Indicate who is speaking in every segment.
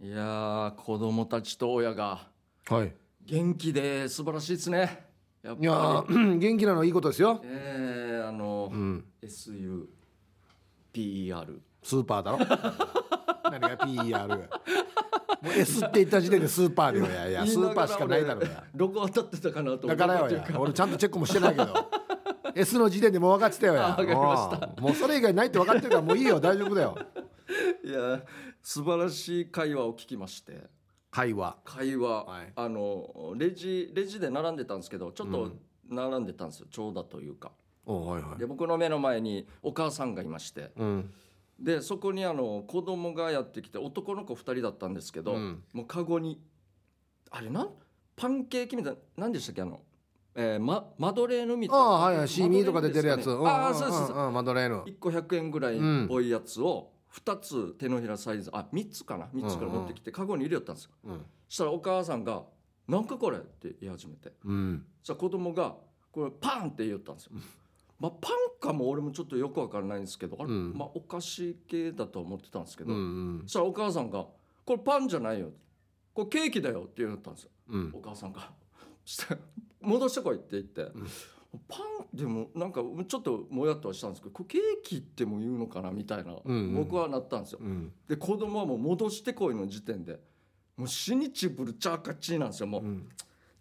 Speaker 1: いやー子供たちと親が
Speaker 2: はい
Speaker 1: 元気で素晴らしいですねやっ
Speaker 2: いや
Speaker 1: ぱり
Speaker 2: ー元気なのはいいことですよ、
Speaker 1: えー、あの、
Speaker 2: うん、
Speaker 1: SUPER
Speaker 2: スーパーだろ 何が PR もう S って言った時点でスーパーでよいやいやスーパーしかないだろうや
Speaker 1: どこ当たってたかなと思
Speaker 2: だ
Speaker 1: った
Speaker 2: から
Speaker 1: っ
Speaker 2: よ
Speaker 1: てい
Speaker 2: や
Speaker 1: うか
Speaker 2: 俺ちゃんとチェックもしてないけど S の時点でもう分かってたよや
Speaker 1: あ分かりました
Speaker 2: うんもうそれ以外ないって分かってるからもういいよ大丈夫だよ
Speaker 1: いや素晴らしい会話を聞きまして
Speaker 2: 会話
Speaker 1: 会話、
Speaker 2: はい
Speaker 1: あのレジレジで並んでたんですけどちょっ
Speaker 2: う
Speaker 1: と
Speaker 2: ん
Speaker 1: 並んでたんですよ、長蛇というか
Speaker 2: おはいはい
Speaker 1: で僕の目の前にお母さんがいまして
Speaker 2: うん
Speaker 1: でそこにあの子供がやってきて男の子2人だったんですけど、
Speaker 2: うん
Speaker 1: もうカゴにあれなんパンケーキみたいな何でしたっけあの、えーママドレーヌみ
Speaker 2: あ
Speaker 1: たいな
Speaker 2: あはいはいシーミーとか出てるやつ、
Speaker 1: マドレーヌですかねああそうそうそう
Speaker 2: うんうんマドレーヌ
Speaker 1: 1個100円ぐらい
Speaker 2: うん
Speaker 1: 多いやつを2つ手のひらサイズあ3つかな3つから持ってきてカゴに入れよったんですよ
Speaker 2: うん
Speaker 1: そしたらお母さんが「なんかこれ?」って言い始めて
Speaker 2: うん
Speaker 1: そしたら子供が「これパン!」って言ったんですよ。まあ、パンかも俺もちょっとよくわからないんですけどあれ、
Speaker 2: うん
Speaker 1: まあ、お菓子系だと思ってたんですけ
Speaker 2: う
Speaker 1: ど、
Speaker 2: ん
Speaker 1: そしたらお母さんが「これパンじゃないよ」これケーキだよって言ったんですよ
Speaker 2: うん
Speaker 1: お母さんが。 そして「戻してこい」って言って、パンでもなんかちょっともやっとはしたんですけどこれケーキっても言うのかなみたいな、
Speaker 2: うんうん
Speaker 1: 僕はなったんですよ。
Speaker 2: うん
Speaker 1: で子供はもう「戻してこい」の時点でもう死にちぶるチャーカチーなんですよもう。
Speaker 2: うん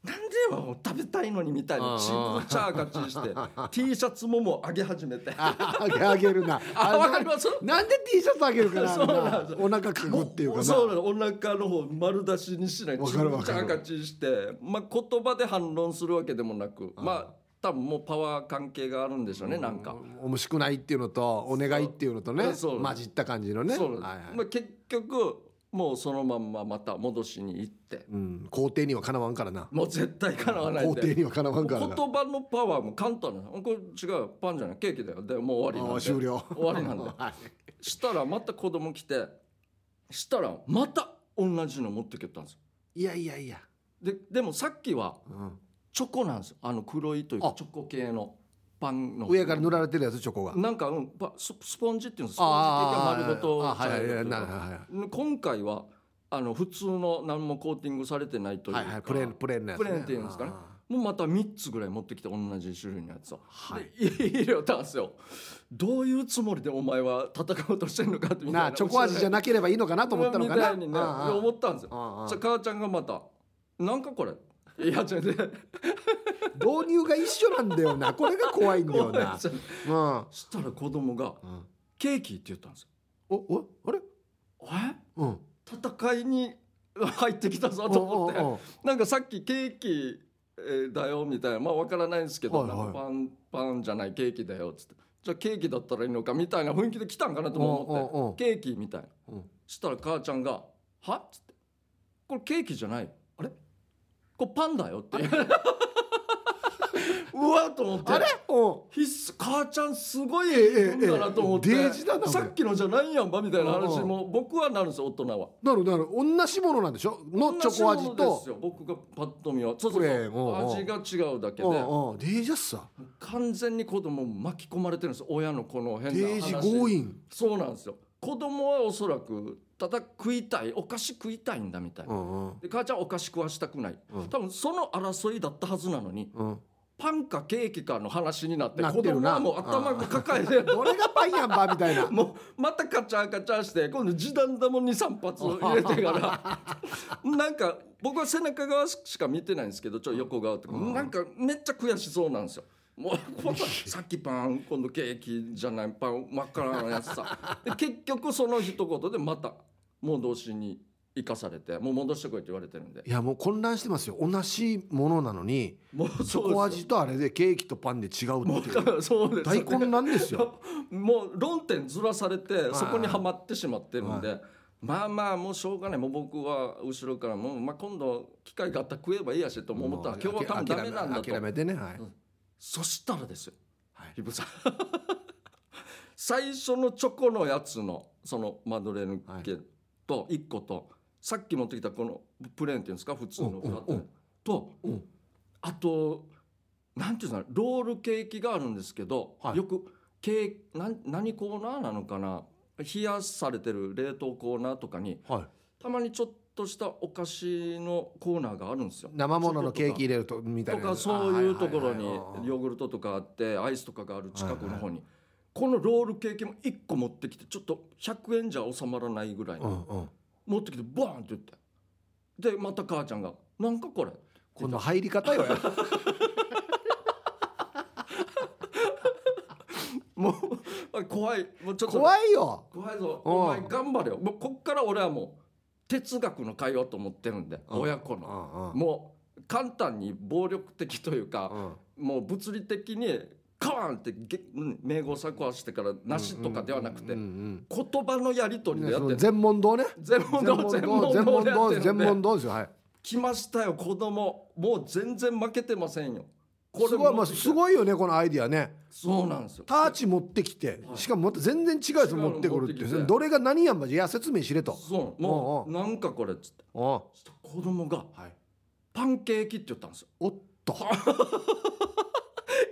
Speaker 1: なんでよ食べたいのにみたい
Speaker 2: あ
Speaker 1: な
Speaker 2: あ
Speaker 1: チープチャーがチンして T シャツももう上げ始めて あ
Speaker 2: ああげあげるな
Speaker 1: わかります
Speaker 2: なんで T シャツあげるか な
Speaker 1: そうなんです
Speaker 2: お腹かくっていうかな
Speaker 1: そうなのお腹の方丸出しにしないチ
Speaker 2: わかる
Speaker 1: ー
Speaker 2: わ
Speaker 1: プチ
Speaker 2: か
Speaker 1: ャ
Speaker 2: る
Speaker 1: ーがチンして、まあ、言葉で反論するわけでもなく
Speaker 2: ああ
Speaker 1: まあ多分もうパワー関係があるんでしょうねなんか、
Speaker 2: おもしくないっていうのとお願いっていうのとね
Speaker 1: そうそう
Speaker 2: 混じった感じのね
Speaker 1: そうなんです、
Speaker 2: はいはい
Speaker 1: まあ、結局もうそのまんままた戻しに行って
Speaker 2: うん、皇帝にはかなわんからな
Speaker 1: もう絶対かなわないん
Speaker 2: 皇帝
Speaker 1: で
Speaker 2: にはかなわんか
Speaker 1: 言
Speaker 2: らな
Speaker 1: 葉のパワーも簡単なのこれ違うパンじゃないケーキだよでもう終わりなんで
Speaker 2: ああ終了
Speaker 1: 終わりなんだ
Speaker 2: はい
Speaker 1: したらまた子供来てしたらまた同じの持ってきよったんですよ
Speaker 2: いやいやいや、
Speaker 1: ででもさっきは
Speaker 2: うん
Speaker 1: チョコなんですよあの黒いというか
Speaker 2: あ
Speaker 1: チョコ系のパンの
Speaker 2: 上から塗られてるやつチョコが
Speaker 1: なんか、うん、パススポンジっていうんですスポ
Speaker 2: あ
Speaker 1: ンジ系が丸ごと
Speaker 2: ああはいはい
Speaker 1: 茶色
Speaker 2: はい
Speaker 1: という
Speaker 2: な
Speaker 1: か
Speaker 2: るはいはい
Speaker 1: で今回はあの普通の何もコーティングされてないというか、
Speaker 2: はいはいプレーンプレーンのやつ、
Speaker 1: プレーンっていうんですかね
Speaker 2: ああ
Speaker 1: もうまた3つぐらい持ってきて同じ種類のやつを、
Speaker 2: はい
Speaker 1: で入れよったんですよどういうつもりでお前は戦おうとしてんのかってみたい
Speaker 2: なあチョコ味じゃ
Speaker 1: な
Speaker 2: なければいいのかなと思ったのか
Speaker 1: みた
Speaker 2: ない
Speaker 1: にね
Speaker 2: ああああ
Speaker 1: 思ったんですよ
Speaker 2: ああああ
Speaker 1: さ母ちゃんがまた「なんかこれ」いや違う違う
Speaker 2: 導入が一緒なんだよ なこれが怖いんだ よな
Speaker 1: そ
Speaker 2: うん
Speaker 1: したら子供が
Speaker 2: うん
Speaker 1: 「ケーキ」って言ったんですよ
Speaker 2: おおあれ
Speaker 1: え
Speaker 2: うん
Speaker 1: 戦いに 入ってきたぞと思って
Speaker 2: おおお
Speaker 1: なんかさっきケーキえーだよみたいなまあわからないんですけど、
Speaker 2: はいはい
Speaker 1: なんかパンパンじゃないケーキだよっつってじゃあケーキだったらいいのかみたいな雰囲気で来たんかなとも思って
Speaker 2: おうおうおう
Speaker 1: ケーキみたいな
Speaker 2: うん
Speaker 1: そしたら母ちゃんが「は?」っつって「これケーキじゃないあれこれパンだよ」って いううわと思って
Speaker 2: あれうん
Speaker 1: 必須母ちゃんすごい
Speaker 2: ええ
Speaker 1: んだなと思って、
Speaker 2: ええデージだなこれ
Speaker 1: さっきのじゃないやんばみたいな話
Speaker 2: うんうん
Speaker 1: もう僕はなるんですよ大人は。
Speaker 2: なるなる同じものなんでしょのチョコ味
Speaker 1: 同じものです
Speaker 2: と
Speaker 1: よ僕がパッと見はそうそう
Speaker 2: これうん
Speaker 1: そう味が違うだけで
Speaker 2: うんうんデージャスさ
Speaker 1: 完全に子供巻き込まれてるんですよ親のこの
Speaker 2: デ
Speaker 1: 変な
Speaker 2: ージ強
Speaker 1: 話
Speaker 2: 引
Speaker 1: そうなんですよ子供はおそらくただ食いたいお菓子食いたいんだみたいな、
Speaker 2: うんうん
Speaker 1: で母ちゃんはお菓子食わしたくない、
Speaker 2: うん
Speaker 1: 多分その争いだったはずなのに
Speaker 2: うん
Speaker 1: パンかケーキかの話になって
Speaker 2: なって
Speaker 1: 子
Speaker 2: る
Speaker 1: 供
Speaker 2: な
Speaker 1: はもう頭が抱えて
Speaker 2: どれがパンやんばみたいな
Speaker 1: もうまたカチャーカチャーして今度時短だもん23発入れてから なんか僕は背中側しか見てないんですけどちょっと横側とか、
Speaker 2: うん
Speaker 1: なんかめっちゃ悔しそうなんですよ。もうまたさっきパン今度ケーキじゃないパン真っ赤なやつさで結局その一言でまた戻しに行かされてもう戻してこいって言われてるんで
Speaker 2: いやもう混乱してますよ同じものなのに
Speaker 1: もうそうです
Speaker 2: チョコ味とあれでケーキとパンで違う
Speaker 1: もう
Speaker 2: っていう
Speaker 1: そうです
Speaker 2: 大混乱ですよ
Speaker 1: もう論点ずらされて
Speaker 2: い
Speaker 1: そこにはまってしまってるんで、まあまあもうしょうがないもう僕は後ろからもう、まあ、今度機会があったら食えばいいやしとも思ったら今日は多分ダメなんだ
Speaker 2: 諦め諦
Speaker 1: と
Speaker 2: めてねはい
Speaker 1: うんそしたらですよ、
Speaker 2: はい
Speaker 1: イブさん 最初のチョコのやつのそのマドレーヌ系と1個と、さっき持ってきたこのプレーンっていうんですか普通のフラット
Speaker 2: うんうん
Speaker 1: ね
Speaker 2: うん
Speaker 1: と
Speaker 2: うん
Speaker 1: あとなんていうんですかねロールケーキがあるんですけど、
Speaker 2: はい
Speaker 1: よくケーなん何コーナーなのかな冷やされてる冷凍コーナーとかに
Speaker 2: は
Speaker 1: たまにちょっとしたお菓子のコーナーがあるんですよ
Speaker 2: 生もののケーキ入れるとみたい
Speaker 1: と
Speaker 2: な
Speaker 1: かそういうところに
Speaker 2: あはいはいはい
Speaker 1: ヨーグルトとかあってアイスとかがある近くの方にこのロールケーキも1個持ってきてちょっと100円じゃ収まらないぐらい
Speaker 2: うん
Speaker 1: の
Speaker 2: うん
Speaker 1: 持ってきてボーンって言ってでまた母ちゃんが「なんかこれ
Speaker 2: この入り方よ
Speaker 1: もう 怖いもうちょっと
Speaker 2: 怖いよ
Speaker 1: 怖いぞ
Speaker 2: うん
Speaker 1: お前頑張れよもうこっから俺はもう哲学の会話と思ってるんで
Speaker 2: うん
Speaker 1: 親子
Speaker 2: う
Speaker 1: の
Speaker 2: んうん
Speaker 1: もう簡単に暴力的というか
Speaker 2: うん
Speaker 1: もう物理的にカーンってげうん名号錯話してからなしとかではなくて
Speaker 2: うんうん
Speaker 1: 言葉のやり
Speaker 2: う
Speaker 1: 取
Speaker 2: ん
Speaker 1: り
Speaker 2: ね
Speaker 1: でや
Speaker 2: そ
Speaker 1: って
Speaker 2: の
Speaker 1: る
Speaker 2: 全問堂ね
Speaker 1: 全問答全問
Speaker 2: 全
Speaker 1: 答
Speaker 2: 問
Speaker 1: でやっ
Speaker 2: 堂
Speaker 1: て
Speaker 2: です
Speaker 1: る
Speaker 2: 全
Speaker 1: んで
Speaker 2: 問堂ですよはい
Speaker 1: 来ましたよ子供もう全然負けてませんよ
Speaker 2: すごいまあす
Speaker 1: い
Speaker 2: ごいよねこのアイディアね
Speaker 1: そうなんですよ
Speaker 2: ターチ持ってきて
Speaker 1: はい
Speaker 2: しかもまた全然違うやつ持ってくる
Speaker 1: 違うの持っ
Speaker 2: っ
Speaker 1: ててきて
Speaker 2: どれが何やんまじいや説明しれと
Speaker 1: そうもう
Speaker 2: う
Speaker 1: なんかこれっつって
Speaker 2: お
Speaker 1: そしたら子供が
Speaker 2: はい
Speaker 1: パンケーキって言ったんですよ
Speaker 2: おっと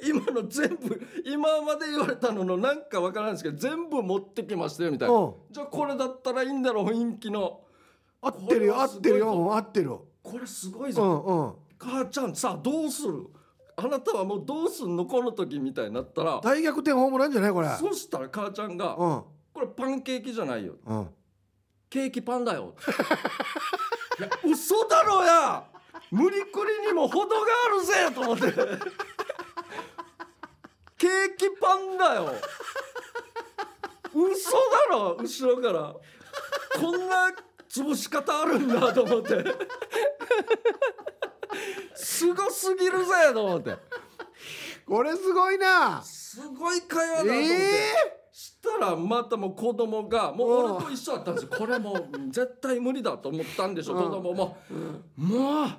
Speaker 1: 今の全部今まで言われたののなんかわからないんですけど全部持ってきましたよみたいな
Speaker 2: うん
Speaker 1: じゃあこれだったらいいんだろう雰囲気の
Speaker 2: 合ってるよ
Speaker 1: これ
Speaker 2: 合
Speaker 1: は
Speaker 2: っ
Speaker 1: すごい
Speaker 2: てるよ
Speaker 1: ぞ
Speaker 2: うん合ってるよ
Speaker 1: これすごいうぞ、
Speaker 2: んうん
Speaker 1: 母ちゃんさあどうするあなたはもうどうすんのこの時みたいになったら
Speaker 2: 大逆転ホームランじゃないこれ
Speaker 1: そしたら母ちゃんが
Speaker 2: うん
Speaker 1: 「これパンケーキじゃないよ
Speaker 2: うん
Speaker 1: ケーキパンだよ」 いや嘘だろや無理くりにも程があるぜと思って ケーキパンだよ嘘だろ後ろからこんな潰し方あるんだと思って すごすぎるぜと思って
Speaker 2: これすごいな
Speaker 1: すごい会話だと思って。
Speaker 2: え
Speaker 1: したらまたもう子供がもう
Speaker 2: うん
Speaker 1: 俺と一緒だったんですよこれもう絶対無理だと思ったんでしょ
Speaker 2: うん
Speaker 1: 子供も「もう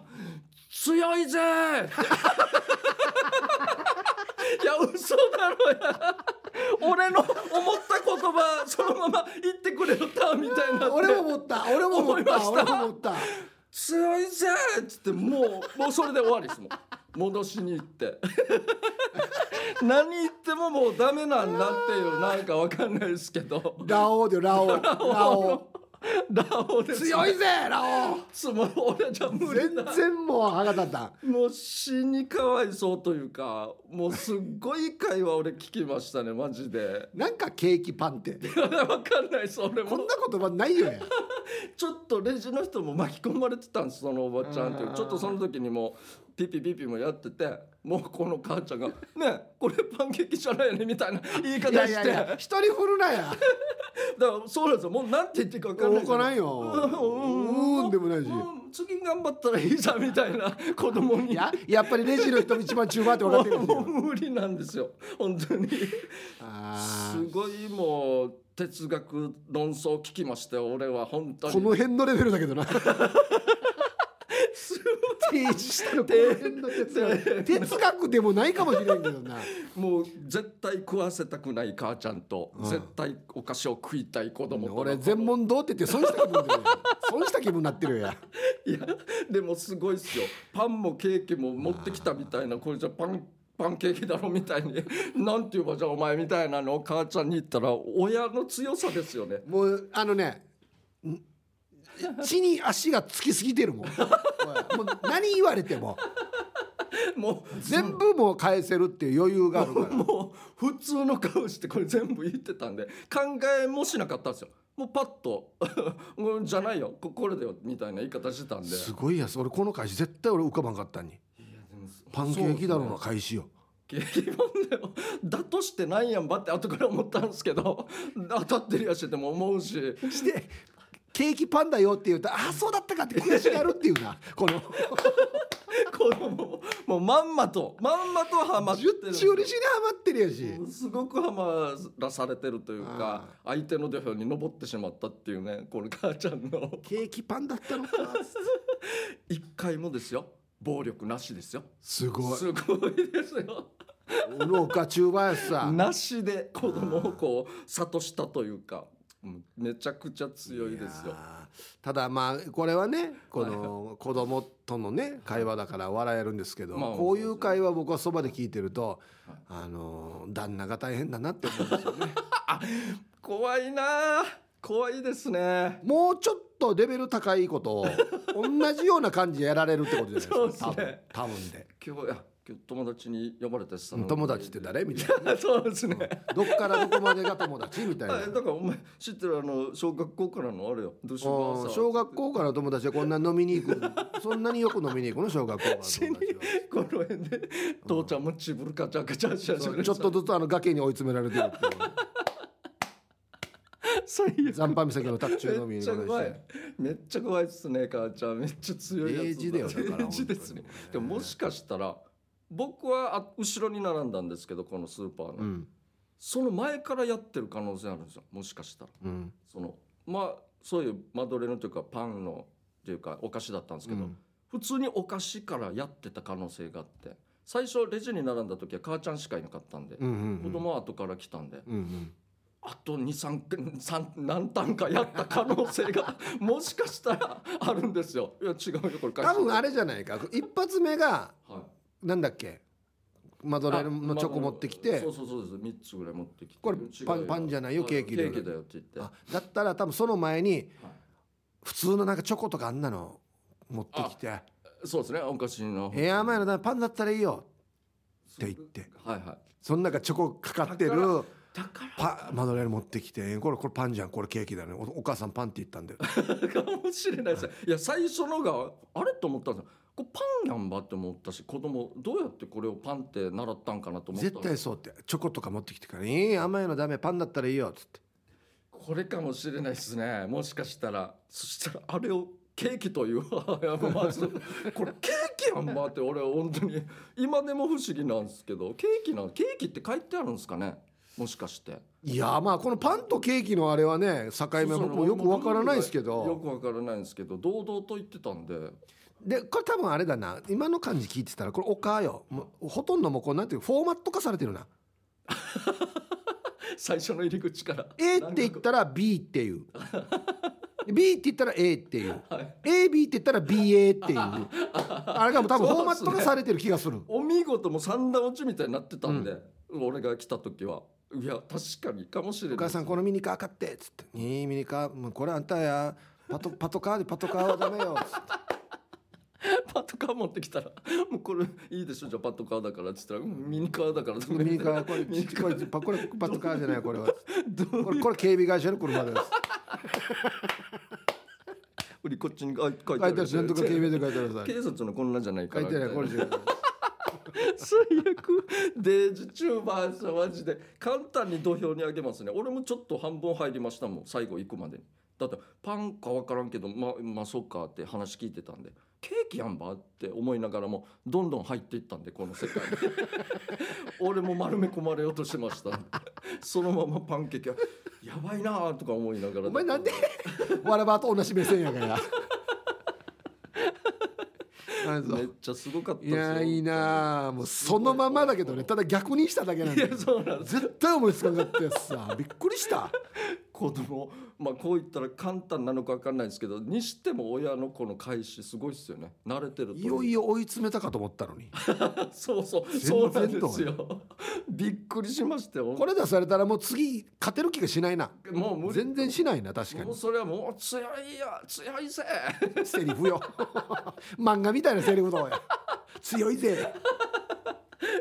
Speaker 1: 強いぜ!」 いや嘘だろや俺の思った言葉そのまま言ってくれよったみたいにな
Speaker 2: え
Speaker 1: って
Speaker 2: 俺も思った俺も思っ
Speaker 1: 思いましたた
Speaker 2: 俺も思った
Speaker 1: 強いぜっつってもうもうそれで終わりですもん戻しに行って 何言ってももうダメなんだっていうなんかわかんないですけど
Speaker 2: ラオウだよラオウラオ
Speaker 1: ラオで
Speaker 2: ウ
Speaker 1: す
Speaker 2: 強いぜラオウ
Speaker 1: つも俺じゃ無理
Speaker 2: 全
Speaker 1: だ
Speaker 2: 然もう歯が立った
Speaker 1: もう死にかわいそうというかもうすっごい会話俺聞きましたねマジで
Speaker 2: なんかケーキパンって
Speaker 1: わかんないです俺
Speaker 2: こ
Speaker 1: も
Speaker 2: んな言葉ないよね
Speaker 1: ちょっとレジの人も巻き込まれてたんですそのおばちゃんっていううんちょっとその時にもうピピピピもやっててもうこの母ちゃんが「ねえこれパンケーキじゃないよね」みたいな言い方
Speaker 2: い
Speaker 1: して
Speaker 2: やいやいや一人振るなや
Speaker 1: だからそうなんですよもうなんて言っていいか分かんない
Speaker 2: 分からんよ
Speaker 1: うんうん
Speaker 2: うんでもないし
Speaker 1: うん次頑張ったらいいじゃんみたいな子供に
Speaker 2: いややっぱりレジの人一番中盤って分かってるんです
Speaker 1: も
Speaker 2: よ
Speaker 1: う無理なんですよ本当にす
Speaker 2: あー
Speaker 1: ごいもう哲学論争聞きましたよ俺は本当
Speaker 2: こ
Speaker 1: に
Speaker 2: の辺のレベルだけどな。提示したのこの辺の哲学哲学でもないかもしれんけど な。
Speaker 1: もう絶対食わせたくない母ちゃんと、
Speaker 2: うん
Speaker 1: 絶対お菓子を食いたい子供と
Speaker 2: 俺全問どうって言って損した気分だよ。損した気分になってるよや。
Speaker 1: いやでもすごいっすよパンもケーキも持ってきたみたいなこれじゃパンパンケーキだろみたいになんて言うばじゃあお前みたいなのを母ちゃんに言ったら親の強さですよね
Speaker 2: もうあのね。ん地に足がつきすぎてるもん。おいもう何言われても
Speaker 1: も
Speaker 2: 全部もう返せるっていう余裕があるから
Speaker 1: う。もう普通の顔してこれ全部言ってたんで考えもしなかったんですよもうパッと 「うんじゃないよここれだよ」みたいな言い方してたんです
Speaker 2: ごいやつ。俺この返し絶対俺浮かばんかったんに。パンケーキだろうな返しよ。
Speaker 1: ケーキパンだよだとしてなんやんばって後から思ったんですけど当たってるやしてても思うし
Speaker 2: してケーキパンだよって言うとああそうだったかって悔しがるっていうなこの
Speaker 1: 子供ももうまんまとまんまとハマってるんで
Speaker 2: 中
Speaker 1: す
Speaker 2: しに
Speaker 1: よ
Speaker 2: ハマってるやし
Speaker 1: すごくハマらされてるというか相手の土俵に登ってしまったっていうねこれ母ちゃんの
Speaker 2: ケーキパンだったのか
Speaker 1: 一回もですよ暴力なしですよ
Speaker 2: すごい
Speaker 1: すごいですよ
Speaker 2: 農家中林さん
Speaker 1: なしで子供をこう諭したというかうんめちゃくちゃ強いですよ
Speaker 2: やーただまあこれはねこの子供とのね会話だから笑えるんですけど、
Speaker 1: まあ
Speaker 2: こういう会話僕はそばで聞いてると、
Speaker 1: はい
Speaker 2: あのー旦那が大変だなって思うんですよね
Speaker 1: 怖いなあ怖いですね
Speaker 2: もうちょっとレベル高いことを同じような感じでやられるってことじゃないです
Speaker 1: そ
Speaker 2: か
Speaker 1: うですね
Speaker 2: 多分多分で
Speaker 1: 今日いや今日友達に呼ばれてさ
Speaker 2: 友達って誰みたい
Speaker 1: そうですね
Speaker 2: などっからどこまでが友達みたいな
Speaker 1: あだからお前知ってるあの小学校からのあれよドシュバーサ
Speaker 2: うん
Speaker 1: ー
Speaker 2: 小学校からの友達はこんな飲みに行くそんなによく飲みに行くの小学校からの
Speaker 1: 死に
Speaker 2: 友達は
Speaker 1: この辺で父ちゃんもチブルカチャカチャし
Speaker 2: そ
Speaker 1: ゃ
Speaker 2: うちょっとずつあの崖に追い詰められてるっていう
Speaker 1: 最 悪
Speaker 2: 残波岬の卓中のみ
Speaker 1: めっ
Speaker 2: に
Speaker 1: ちゃ怖い
Speaker 2: して
Speaker 1: めっちゃ怖いっすね母ちゃんめっちゃ強いやつ
Speaker 2: 0時だよだから
Speaker 1: 0時ですね
Speaker 2: 本当に
Speaker 1: でももしかしたら僕はあ後ろに並んだんですけどこのスーパーの、
Speaker 2: うん
Speaker 1: その前からやってる可能性あるんですよもしかしたら
Speaker 2: うん
Speaker 1: そのまあそういうマドレーヌというかパンのというかお菓子だったんですけど、
Speaker 2: うん
Speaker 1: 普通にお菓子からやってた可能性があって最初レジに並んだ時は母ちゃんしかいなかったんで、
Speaker 2: うんうん
Speaker 1: 子供は後から来たんで、
Speaker 2: うんうん
Speaker 1: あと23何単かやった可能性がもしかしたらあるんですよいや違うよこれ
Speaker 2: 多分あ
Speaker 1: れ、
Speaker 2: れじゃないか一発目が
Speaker 1: はい、
Speaker 2: なんだっけマドレーヌのチョコ持ってきて
Speaker 1: そうそうそうです3つぐらい持ってきて
Speaker 2: これ
Speaker 1: 違うよ
Speaker 2: パンパンじゃないよ
Speaker 1: あ
Speaker 2: ケーキだよ
Speaker 1: ケーキだよって言って
Speaker 2: あだったら多分その前に
Speaker 1: は
Speaker 2: 普通のなんかチョコとかあんなの持ってきて
Speaker 1: いそうですねおかしいな
Speaker 2: 「えや前のなパンだったらいいよ」って言って
Speaker 1: はいはい
Speaker 2: その中チョコかかってる
Speaker 1: だかだから
Speaker 2: パマドレーヌ持ってきて「これこれパンじゃんこれケーキだよねおお母さんパンって言ったんだよ」
Speaker 1: かもしれないですねいや最初のがあれと思ったんですよこれパンやんばって思ったし子供どうやってこれをパンって習ったんかなと思った
Speaker 2: 絶対そうってチョコとか持ってきてから「ええ甘いのダメパンだったらいいよ」っつって
Speaker 1: これかもしれないですねもしかしたらそしたらあれをケーキという 母親もまずこれケーキやんばって俺は本当に今でも不思議なんですけどケーキなんケーキって書いてあるんですかねもしかして
Speaker 2: いやまあこのパンとケーキのあれはね境目は僕もよくわからないですけ
Speaker 1: よ
Speaker 2: ど
Speaker 1: くわからないんですけど堂々と言ってたんで
Speaker 2: でこれ多分あれだな今の感じ聞いてたらこれおかよもうほとんどもうこうなんていうフォーマット化されてるな
Speaker 1: 最初の入り口から
Speaker 2: A って言ったら B っていう B って言ったら A っていう
Speaker 1: はい
Speaker 2: AB って言ったら BA っていうあれがもう多分フォーマット
Speaker 1: そうっ
Speaker 2: 化
Speaker 1: すね
Speaker 2: されてる気がする
Speaker 1: お見事もう三段落ちみたいになってたんで、俺が来た時はいや確かにかもしれな
Speaker 2: お
Speaker 1: いで
Speaker 2: 母
Speaker 1: す
Speaker 2: さんこのミニカー買ってっつって「にミニカーもうこれあんたやパトパトカーでパトカーはダ メよ」つって
Speaker 1: パトカー持ってきたら「もうこれいいでしょじゃあパトカーだから」っつったらうん「ミニカーだから」
Speaker 2: ミニカーこれ
Speaker 1: ミニカ
Speaker 2: これパこれパトカーじゃないこれは
Speaker 1: どう
Speaker 2: これこれ警備会社の車です
Speaker 1: 売りこっちに書いてあ
Speaker 2: 書いてあ
Speaker 1: る
Speaker 2: るしなんとか警備で書いてあるさ
Speaker 1: 警察のこんなんじゃないか
Speaker 2: 書
Speaker 1: ら
Speaker 2: いてないこ
Speaker 1: み
Speaker 2: れじゃない
Speaker 1: たいな最悪デイジチューバーさんマジで簡単に土俵にあげますね俺もちょっと半分入りましたもん最後行くまでにだってパンかわからんけどまあまあそうかって話聞いてたんでケーキやんばって思いながらもどんどん入っていったんでこの世界に 俺も丸め込まれようとしてましたそのままパンケーキはやばいなあとか思いながら
Speaker 2: お前なんで わらばと同じ目線 やから。あそ
Speaker 1: めっ
Speaker 2: う
Speaker 1: ちゃすごかった
Speaker 2: いやいいなあもうそのままだけどねただ逆にしただけなん
Speaker 1: い
Speaker 2: だ
Speaker 1: や
Speaker 2: よ
Speaker 1: そうなんです
Speaker 2: 絶対思いつかなかったやつ さびっくりした
Speaker 1: 子供まあこう言ったら簡単なのか分かんないですけどにしても親の子の返しすごいっすよね慣れてるとう
Speaker 2: いよいよ追い詰めたかと思ったのに
Speaker 1: そうそう
Speaker 2: 全然
Speaker 1: そうなんですよびっくりしましたよ
Speaker 2: これ出されたらもう次勝てる気がしないな
Speaker 1: もう無理
Speaker 2: 全然しないな確か
Speaker 1: もう
Speaker 2: に
Speaker 1: それはもう強いや強いぜ
Speaker 2: セリ フよ漫画みたいなセリフだおい強いぜ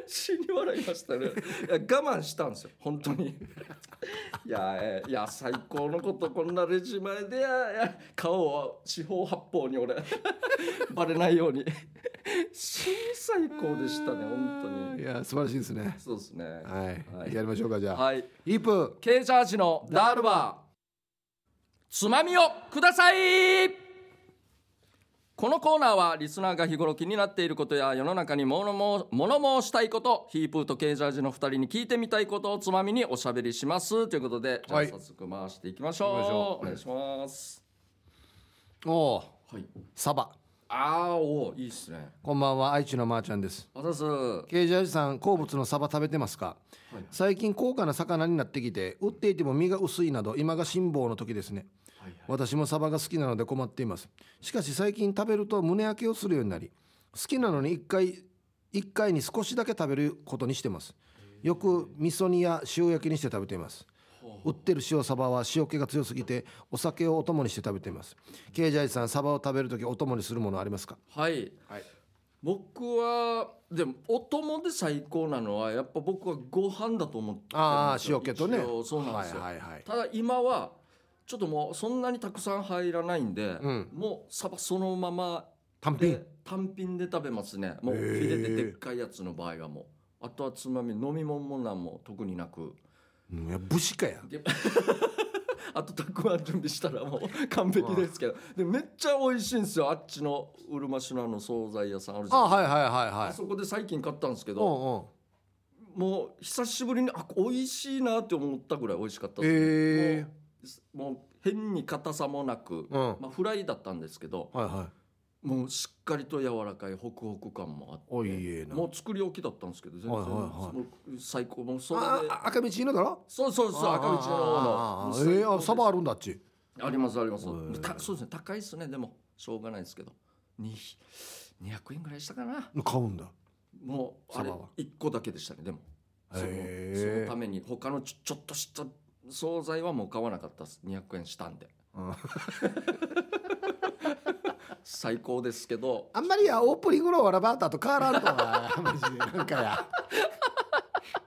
Speaker 1: 死に笑いましたねいや我慢したんですよ本当にいやえーいや最高のことこんなレジ前でいやいや顔を四方八方に俺バレないよう に死に最高でしたね本当に
Speaker 2: いや素晴らしいですね
Speaker 1: そうですね。
Speaker 2: はい、
Speaker 1: はい
Speaker 2: やりましょうかじゃあ、
Speaker 1: はい。
Speaker 2: イープ
Speaker 1: ケージャージのダールバー。つまみをください。このコーナーはリスナーが日頃気になっていることや世の中に物申物申したいことヒープーとケージャージの2人に聞いてみたいことをつまみにおしゃべりしますということで、じゃあ
Speaker 2: はい
Speaker 1: 早速回していきましょう
Speaker 2: 行きましょ
Speaker 1: お願いします、
Speaker 2: おおう
Speaker 1: はい、
Speaker 2: サバ
Speaker 1: あーおーいいっすね
Speaker 2: こんばんは愛知のまーちゃんです
Speaker 1: あざすは
Speaker 2: ケージャージさん好物のサバ食べてますか
Speaker 1: いはい
Speaker 2: 最近高価な魚になってきて売っていても身が薄いなど今が辛抱の時ですね私もサバが好きなので困っていますしかし最近食べると胸焼けをするようになり好きなのに1回1回に少しだけ食べることにしてますよく味噌煮や塩焼きにして食べています売ってる塩サバは塩気が強すぎてお酒をお供にして食べていますケイジャイさんサバを食べる時お供にするものありますか
Speaker 1: はい
Speaker 2: はい
Speaker 1: 僕はでもお供で最高なのはやっぱ僕はご飯だと思ってるんですよ
Speaker 2: ああ塩気とね
Speaker 1: 一応そうなんですよ、
Speaker 2: はいはいはい
Speaker 1: ただ今はちょっともうそんなにたくさん入らないんで、
Speaker 2: ん
Speaker 1: もうサバそのまま
Speaker 2: 単
Speaker 1: で
Speaker 2: 品
Speaker 1: 単品で食べますねもう
Speaker 2: へ
Speaker 1: フ
Speaker 2: ー
Speaker 1: ィレででっかいやつの場合はもうあとはつまみ飲み物もなんも特になく
Speaker 2: うんいや武士かや
Speaker 1: であとたくあん準備したらもう完璧ですけどでめっちゃ美味しいんですよあっちのうるま市のあの惣菜屋さんあるじゃ
Speaker 2: あ
Speaker 1: ないですか
Speaker 2: はいはいはいは
Speaker 1: あ
Speaker 2: い
Speaker 1: そこで最近買ったんですけ
Speaker 2: う
Speaker 1: ど
Speaker 2: んうん
Speaker 1: もう久しぶりにあ美味しいなって思ったぐらい美味しかったですね
Speaker 2: ええ
Speaker 1: もうもう変に硬さもなく、
Speaker 2: うんは
Speaker 1: まあ、フライだったんですけど
Speaker 2: いはい
Speaker 1: もうしっかりと柔らかいホクホク感もあって
Speaker 2: おいええな
Speaker 1: もう作り置きだったんですけど全然、
Speaker 2: はいはいはい
Speaker 1: もう最高もうそれ
Speaker 2: あ
Speaker 1: で
Speaker 2: あ赤道のだろ
Speaker 1: そうそうそう赤道の
Speaker 2: ああああああ
Speaker 1: 方の
Speaker 2: ええあサバあ
Speaker 1: あ
Speaker 2: るんだあっち
Speaker 1: ありますあります
Speaker 2: へえ
Speaker 1: たそうですね高いですねでもしょうがないですけどに200円ぐらいしたかな
Speaker 2: 買うんだ
Speaker 1: もうあれ
Speaker 2: サバは
Speaker 1: 1個だけでしたねでもその
Speaker 2: へえ
Speaker 1: そのために他のちょちょっとした惣菜はもう買わなかったです200円したんで
Speaker 2: うん
Speaker 1: 最高ですけど
Speaker 2: あんまりやオープニングのわらばったと変わらんとはマジでなんか や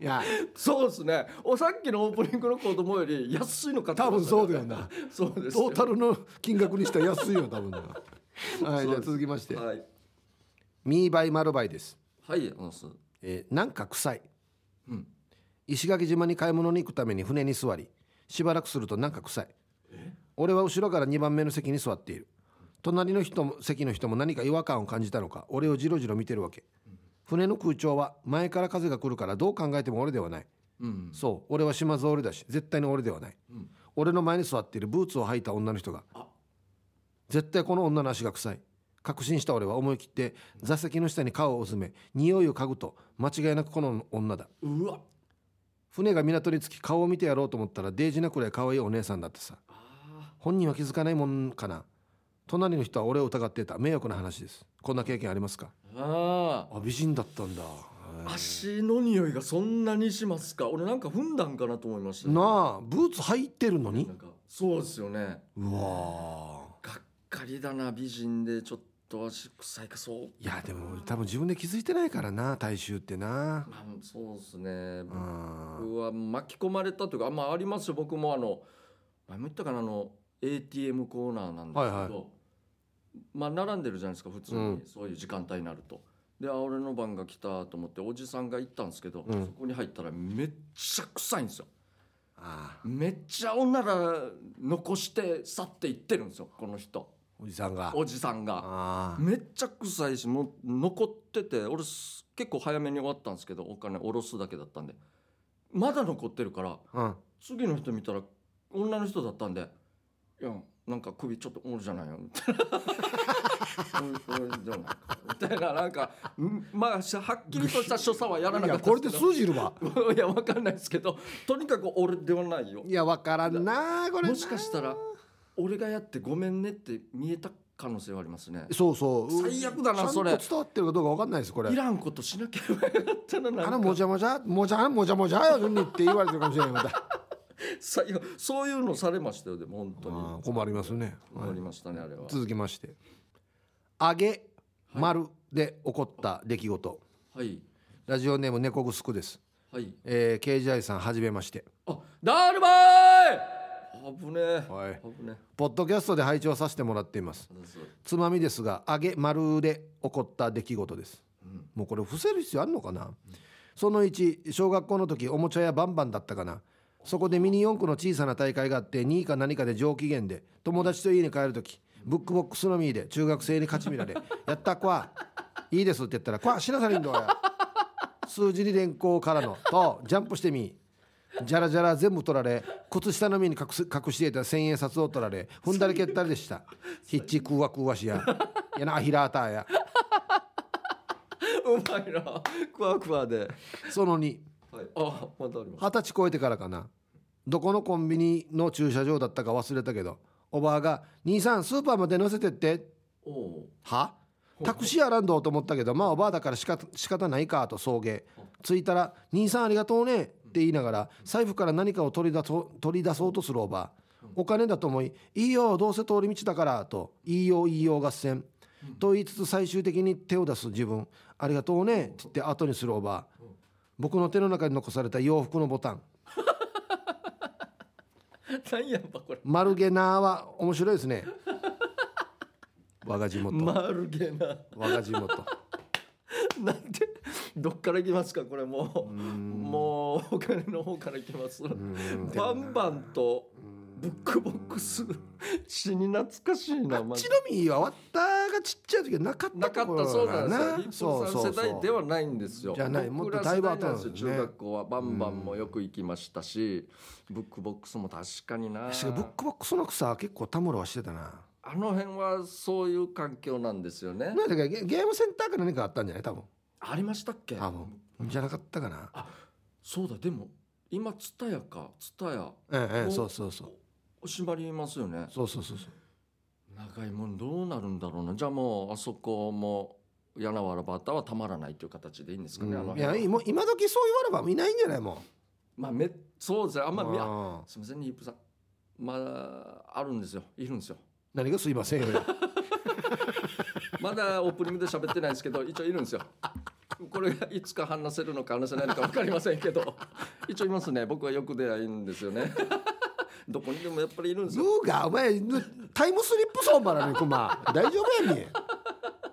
Speaker 2: いや
Speaker 1: そうですねおさっきのオープニングの子供より安いの買って
Speaker 2: 多
Speaker 1: ま
Speaker 2: 分
Speaker 1: したね
Speaker 2: そうだよな
Speaker 1: そうですよ
Speaker 2: トータルの金額にしたら安いよ多 分なはいじゃあ続きまして
Speaker 1: はい
Speaker 2: ミーバイマルバイです、
Speaker 1: はいあのす
Speaker 2: えーなんか臭い
Speaker 1: うん
Speaker 2: 石垣島に買い物に行くために船に座りしばらくするとなんか臭い俺は後ろから2番目の席に座っている隣の人も席の人も何か違和感を感じたのか俺をじろじろ見てるわけ船の空調は前から風が来るからどう考えても俺ではない
Speaker 1: うん
Speaker 2: そう俺は島津俺だし絶対に俺ではない、
Speaker 1: うん
Speaker 2: 俺の前に座っているブーツを履いた女の人が
Speaker 1: あ
Speaker 2: 絶対この女の足が臭い確信した俺は思い切って座席の下に顔をうずめ匂いを嗅ぐと間違いなくこの女だ
Speaker 1: うわ
Speaker 2: 船が港に着き顔を見てやろうと思ったらデージなくらい可愛いお姉さんだってさ
Speaker 1: あ
Speaker 2: 本人は気づかないもんかな隣の人は俺を疑っていた迷惑な話ですこんな経験ありますか
Speaker 1: ーあー
Speaker 2: あ美人だったんだ
Speaker 1: 足の匂いがそんなにしますか俺なんか踏んだんかなと思いましたね、
Speaker 2: なあブーツ履いてるのに
Speaker 1: なんかそうですよね
Speaker 2: うわあ
Speaker 1: がっかりだな美人でちょっと足臭いかそう
Speaker 2: いやでも多分自分で気づいてないからな大衆ってな
Speaker 1: まあそうですね
Speaker 2: うん
Speaker 1: 僕は巻き込まれたというかあまあありますよ僕もあの前も言ったかなあの ATM コーナーなんですけど、
Speaker 2: はいは
Speaker 1: まあ並んでるじゃないですか普通に、
Speaker 2: うん
Speaker 1: そういう時間帯になると。であ俺の番が来たと思っておじさんが行ったんですけど、
Speaker 2: うん
Speaker 1: そこに入ったらめっちゃ臭いんですよ。
Speaker 2: ああ
Speaker 1: めっちゃ女ら残して去っていってるんですよこの人
Speaker 2: おじさんが
Speaker 1: おじさんが
Speaker 2: ああ
Speaker 1: めっちゃ臭いしもう残ってて俺す結構早めに終わったんですけどお金下ろすだけだったんでまだ残ってるから
Speaker 2: うん
Speaker 1: 次の人見たら女の人だったんで「いやなんか首ちょっと折るじゃないよ」みたいなおいおいじゃないかみたいななんかんまあしはっきりとした所作はやらないか
Speaker 2: や
Speaker 1: った
Speaker 2: これ
Speaker 1: ん
Speaker 2: で
Speaker 1: ですけ
Speaker 2: 数字いるわ
Speaker 1: どいやわかんないですけどとにかく俺ではないよ
Speaker 2: いやわからんなこれな
Speaker 1: もしかしたら俺がやってごめんねって見えた可能性はありますね
Speaker 2: そうそう
Speaker 1: 最悪だなそれ
Speaker 2: ちゃんと伝わってるかどうかわかんないですこれ
Speaker 1: いらんことしなければよかったななん
Speaker 2: あ
Speaker 1: から
Speaker 2: もじゃもじゃもじゃもじゃもじゃよ順にって言われてるかもしれないま た
Speaker 1: 最後そういうのされましたよでも本当
Speaker 2: ああ
Speaker 1: に
Speaker 2: 困りますね、はい
Speaker 1: 困りましたねあれは
Speaker 2: 続きまして「揚げ丸」で起こった出来事、
Speaker 1: はい
Speaker 2: ラジオネーム猫ぐすくです
Speaker 1: はい
Speaker 2: えー、KGI さんはじめまして
Speaker 1: あダールバイ危ねえ
Speaker 2: はい
Speaker 1: 危ね
Speaker 2: ポッドキャストで拝聴させてもらっています
Speaker 1: えそうです
Speaker 2: つまみですが揚げ丸で起こった出来事です
Speaker 1: うん
Speaker 2: もうこれ伏せる必要あるのかな、その1小学校の時おもちゃ屋バンバンだったかなそこでミニ四駆の小さな大会があって2位か何かで上機嫌で友達と家に帰る時ブックボックスのみで中学生に勝ち見られ 「やったこわいいです」って言ったら「こわしなされんどや」数字に連行からのとジャンプしてみじゃらじゃら全部取られ靴下の身に隠す隠していた千円札を取られ踏んだり蹴ったりでしたひっちくうわくうわしややなアヒラーターや
Speaker 1: うまいなクワクワで
Speaker 2: その2
Speaker 1: はいあまたあります
Speaker 2: 二十歳超えてからかなどこのコンビニの駐車場だったか忘れたけどおばあが「兄さんスーパーまで乗せてって
Speaker 1: おお」
Speaker 2: はタクシーやらんどうと思ったけどまあおばあだからしか仕方ないかと送迎着いたら「兄さんありがとうね」って言いながら財布から何かを取り出そう取り出そうとするおばあお金だと思い「いいよどうせ通り道だから」と「いいよいいよ合戦」と言いつつ最終的に手を出す自分「ありがとうね」って言って後にするおばあ僕の手の中に残された洋服のボタン
Speaker 1: 何やっぱこれ
Speaker 2: 丸毛なーは面白いで すね我が地元、
Speaker 1: 丸げな
Speaker 2: 我が地元
Speaker 1: なんてどっから行きますかこれもうもうお金の方から行きます バンバンとブックボックス死に懐かしいな、ま
Speaker 2: ちなみにわったがちっちゃい時はなかった
Speaker 1: なかったそうなんですよ。
Speaker 2: そ
Speaker 1: 日本
Speaker 2: う
Speaker 1: さ
Speaker 2: そ
Speaker 1: ん
Speaker 2: うそ
Speaker 1: 世代
Speaker 2: う
Speaker 1: ではないんですよ。
Speaker 2: じゃない
Speaker 1: 僕ら
Speaker 2: もっとだいぶ
Speaker 1: 世代なんですよ
Speaker 2: 後なんですね
Speaker 1: 中学校はバンバンもよく行きましたし、ブックボックスも確かにな。
Speaker 2: 確かにブックボックスの草は結構タモロはしてたな
Speaker 1: あの辺はそういう環境なんですよね。
Speaker 2: なんだかゲゲームセンターか何かあったんじゃない多分
Speaker 1: ありましたっけ？
Speaker 2: 多分じゃなかったかな
Speaker 1: そうだでも今ツタヤかツタヤ
Speaker 2: ええええ
Speaker 1: お
Speaker 2: そうそうそう
Speaker 1: お縛りますよね。
Speaker 2: そうそうそうそう
Speaker 1: 長いもんどうなるんだろうな。じゃあもうあそこも柳原バッターはたまらないという形でいいんですかね。あの
Speaker 2: うんい
Speaker 1: 辺は
Speaker 2: やいいもう今時そう言わればいないんじゃないも
Speaker 1: まあめそうですね。あ
Speaker 2: うん
Speaker 1: まり
Speaker 2: うん
Speaker 1: すみません、ニープさん。まあ、あるんですよ。いるんですよ。
Speaker 2: 何がすい ませんよ
Speaker 1: まだオープニングで喋ってないですけど、一応いるんですよ。これがいつか話せるのか話せないのか分かりませんけど、一応いますね。僕はよく出会いんですよね。どこにでもやっぱりいるんです
Speaker 2: ズ
Speaker 1: よ。
Speaker 2: ーがお前タイムスリップソンバラねクマ大丈夫やね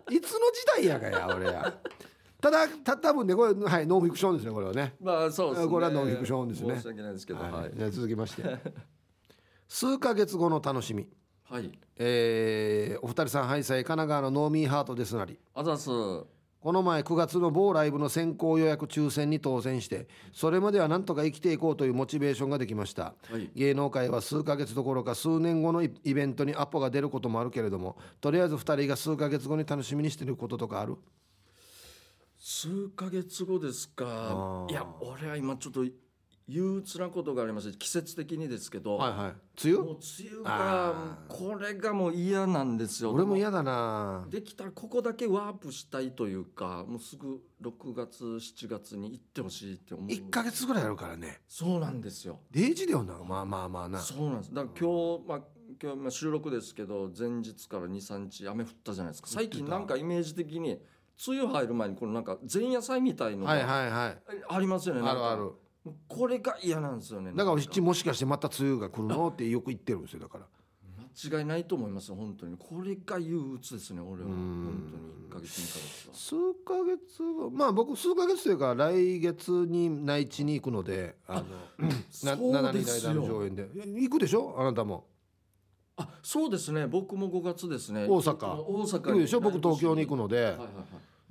Speaker 2: んいつの時代やかや俺やただた多分ねこれはいノンフィクションですねこれはね
Speaker 1: まあ、そうですね。
Speaker 2: これはノンフィクションですね
Speaker 1: 申し訳ないですけど、はい。
Speaker 2: は
Speaker 1: はいい。
Speaker 2: じゃあ続き まして数ヶ月後の楽しみ、えーお二人さんハイサイ神奈川のノーミーハートですなり
Speaker 1: あざっす。
Speaker 2: この前9月の某ライブの先行予約抽選に当選してそれまではなんとか生きていこうというモチベーションができました
Speaker 1: はい。
Speaker 2: 芸能界は数ヶ月どころか数年後のイイベントにアポが出ることもあるけれどもとりあえず2人が数ヶ月後に楽しみにしてることとかある
Speaker 1: 数ヶ月後ですか
Speaker 2: あ。ー
Speaker 1: いや、俺は今ちょっと憂鬱なことがありまして、季節的にですけど。
Speaker 2: はいはい梅雨
Speaker 1: もう梅雨が
Speaker 2: あ
Speaker 1: これがもう嫌なんですよ
Speaker 2: 俺も嫌だな
Speaker 1: できたらここだけワープしたいというかもうすぐ6月7月に行ってほしいって思う
Speaker 2: 1ヶ月ぐらいあるからね
Speaker 1: そうなんですよ
Speaker 2: デイジだよなまあまあまあな
Speaker 1: そうなんですだから今日、まあ、今日まあ収録ですけど前日から23日雨降ったじゃないですか最近なんかイメージ的に梅雨入る前にこのなんか前夜祭みたいの
Speaker 2: はい
Speaker 1: が
Speaker 2: はいはい
Speaker 1: ありますよね、
Speaker 2: あ
Speaker 1: なん
Speaker 2: る
Speaker 1: か
Speaker 2: ある
Speaker 1: これが嫌なんですよね
Speaker 2: だからう
Speaker 1: なん
Speaker 2: ちもしかしてまた梅雨が来るのってよく言ってるんですよだから
Speaker 1: 間違いないと思いますよ本当にこれが憂鬱ですね俺は
Speaker 2: うーん
Speaker 1: 本当に1ヶ月2ヶ月は
Speaker 2: 数ヶ月後まあ僕数ヶ月というか来月に内地に行くのであの な
Speaker 1: そう
Speaker 2: 7
Speaker 1: で
Speaker 2: 人
Speaker 1: す
Speaker 2: 間の上
Speaker 1: よ。
Speaker 2: 演でえ行くでしょあなたも
Speaker 1: あ、そうですね。僕も5月ですね。
Speaker 2: 大阪
Speaker 1: 大阪
Speaker 2: 行くでしょ僕東京に行く
Speaker 1: の。
Speaker 2: ので、
Speaker 1: はいはいはい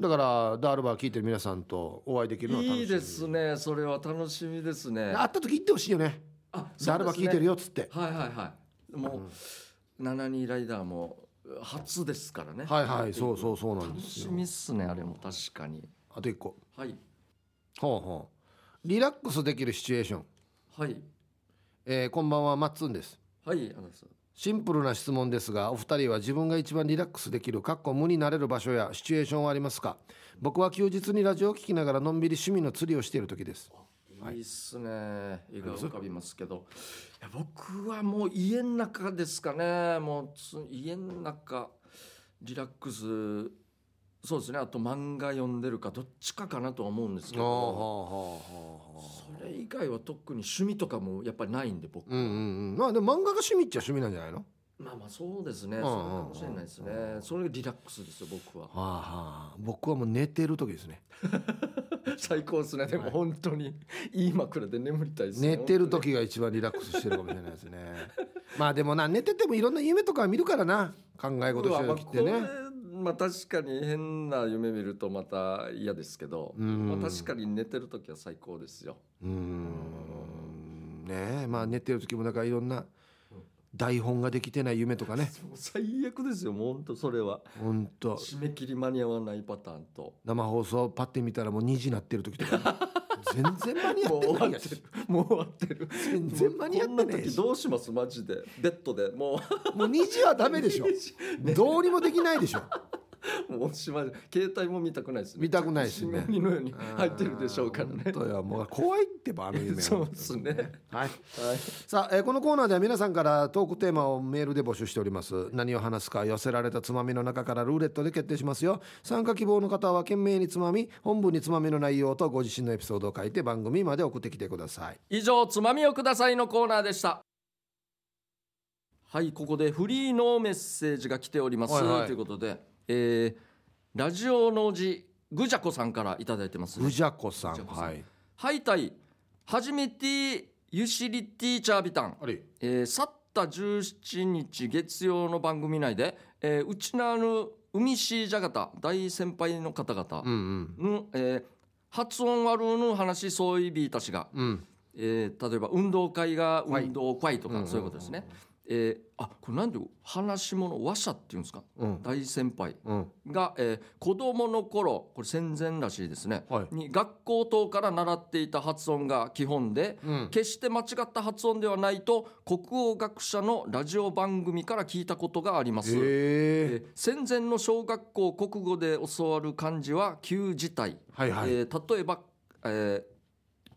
Speaker 2: だからダールバー聞いてる皆さんとお会いできるのは楽しみ
Speaker 1: いいですね。それは楽しみですね。
Speaker 2: 会った時行ってほしいよね
Speaker 1: あ
Speaker 2: ダールバー聞いてる
Speaker 1: よ。
Speaker 2: よっつって
Speaker 1: はいはいはい。もう七人ライダーも初ですからね。
Speaker 2: はいはいそうそうそうなん
Speaker 1: 楽
Speaker 2: です
Speaker 1: し
Speaker 2: よ
Speaker 1: みっすね。あれも確かに。
Speaker 2: あと一個
Speaker 1: はい
Speaker 2: ほうほうリラックスできるシチュエーション、
Speaker 1: はい
Speaker 2: えーこんばんはマッツンです
Speaker 1: はい。あのさ
Speaker 2: シンプルな質問ですがお二人は自分が一番リラックスできるかっこ無になれる場所やシチュエーションはありますか僕は休日にラジオを聞きながらのんびり趣味の釣りをしている時です
Speaker 1: いいっすね。絵が浮かびますけど、いや僕はもう家の中ですかね。もうつ家の中リラックス。そうですね。あと漫画読んでるかどっちかかなとは思うんですけど、それ以外は特に趣味とかもやっぱりないんで僕。
Speaker 2: うんうんうんまあでも漫画が趣味っちゃ趣味なんじゃないのは
Speaker 1: まあまあそうですね。
Speaker 2: うん
Speaker 1: そううんかもしれないですね
Speaker 2: う。ん
Speaker 1: それがリラックスですよ僕は。
Speaker 2: あはあ僕はもう寝てる時ですね
Speaker 1: 最高ですね。でも本当にいい枕で眠りたいですね。
Speaker 2: 寝てる時が一番リラックスしてるかもしれないです ねまあでもな寝ててもいろんな夢とか見るからな考え事してる時って
Speaker 1: うわま
Speaker 2: ね
Speaker 1: あこれまあ確かに変な夢見るとまた嫌ですけど、
Speaker 2: うん
Speaker 1: まあ、確かに寝てる時は最高ですよ。
Speaker 2: うーんねえまあ寝てる時もなんかいろんな台本ができてない夢とかね
Speaker 1: もう最悪ですよもう本当それは
Speaker 2: ほんと
Speaker 1: 締め切り間に合わないパターンと。
Speaker 2: 生放送パッて見たらもう2時なってる時とか、全然間に合
Speaker 1: も
Speaker 2: っ
Speaker 1: う
Speaker 2: て
Speaker 1: 終
Speaker 2: な
Speaker 1: わ
Speaker 2: い
Speaker 1: っ
Speaker 2: や
Speaker 1: て
Speaker 2: つ
Speaker 1: る。もう終わってる。
Speaker 2: 全然間に合って
Speaker 1: もうこん
Speaker 2: な
Speaker 1: ない時
Speaker 2: しも
Speaker 1: どうしますマジでベッドでもう
Speaker 2: う2時はダメでしょどうにもできないでしょ
Speaker 1: もうおしまい携帯も見たくないですね
Speaker 2: 見たくないしね
Speaker 1: 新聞のように 入ってるでしょうからね
Speaker 2: 本当よもう怖いってばあの夢は
Speaker 1: そうですね
Speaker 2: は
Speaker 1: は
Speaker 2: い
Speaker 1: い
Speaker 2: さあ、えーこのコーナーでは皆さんからトークテーマをメールで募集しております何を話すか寄せられたつまみの中からルーレットで決定しますよ参加希望の方は懸命につまみ本文につまみの内容とご自身のエピソードを書いて番組まで送ってきてください
Speaker 1: 以上つまみをくださいのコーナーでしたはいここでフリーのメッセージが来ております、
Speaker 2: はいはい
Speaker 1: ということで、えーラジオの字ぐじゃこさんからいただいてます
Speaker 2: うじゃこさん
Speaker 1: うじゃこさん
Speaker 2: はい
Speaker 1: はいたい初めてゆしりティーチャービタン
Speaker 2: あれ
Speaker 1: えー去った17日月曜の番組内で、えーうちなる海市じゃがた大先輩の方々
Speaker 2: うんうん
Speaker 1: の、えー発音悪いの話そういびいたしが、
Speaker 2: うん
Speaker 1: えー例えば運動会が
Speaker 2: はい
Speaker 1: 運動会と
Speaker 2: うん
Speaker 1: か
Speaker 2: うんうん
Speaker 1: そういうことですね、えーあこれなんで話し物話者っていうんですか
Speaker 2: うん
Speaker 1: 大先輩
Speaker 2: うん
Speaker 1: が、えー子供の頃これ戦前らしいですね、
Speaker 2: はい
Speaker 1: に学校等から習っていた発音が基本で、
Speaker 2: うん
Speaker 1: 決して間違った発音ではないと国語学者のラジオ番組から聞いたことがあります、
Speaker 2: え
Speaker 1: えー戦前の小学校国語で教わる漢字は旧字体、
Speaker 2: はいはい、
Speaker 1: えー例えば、えー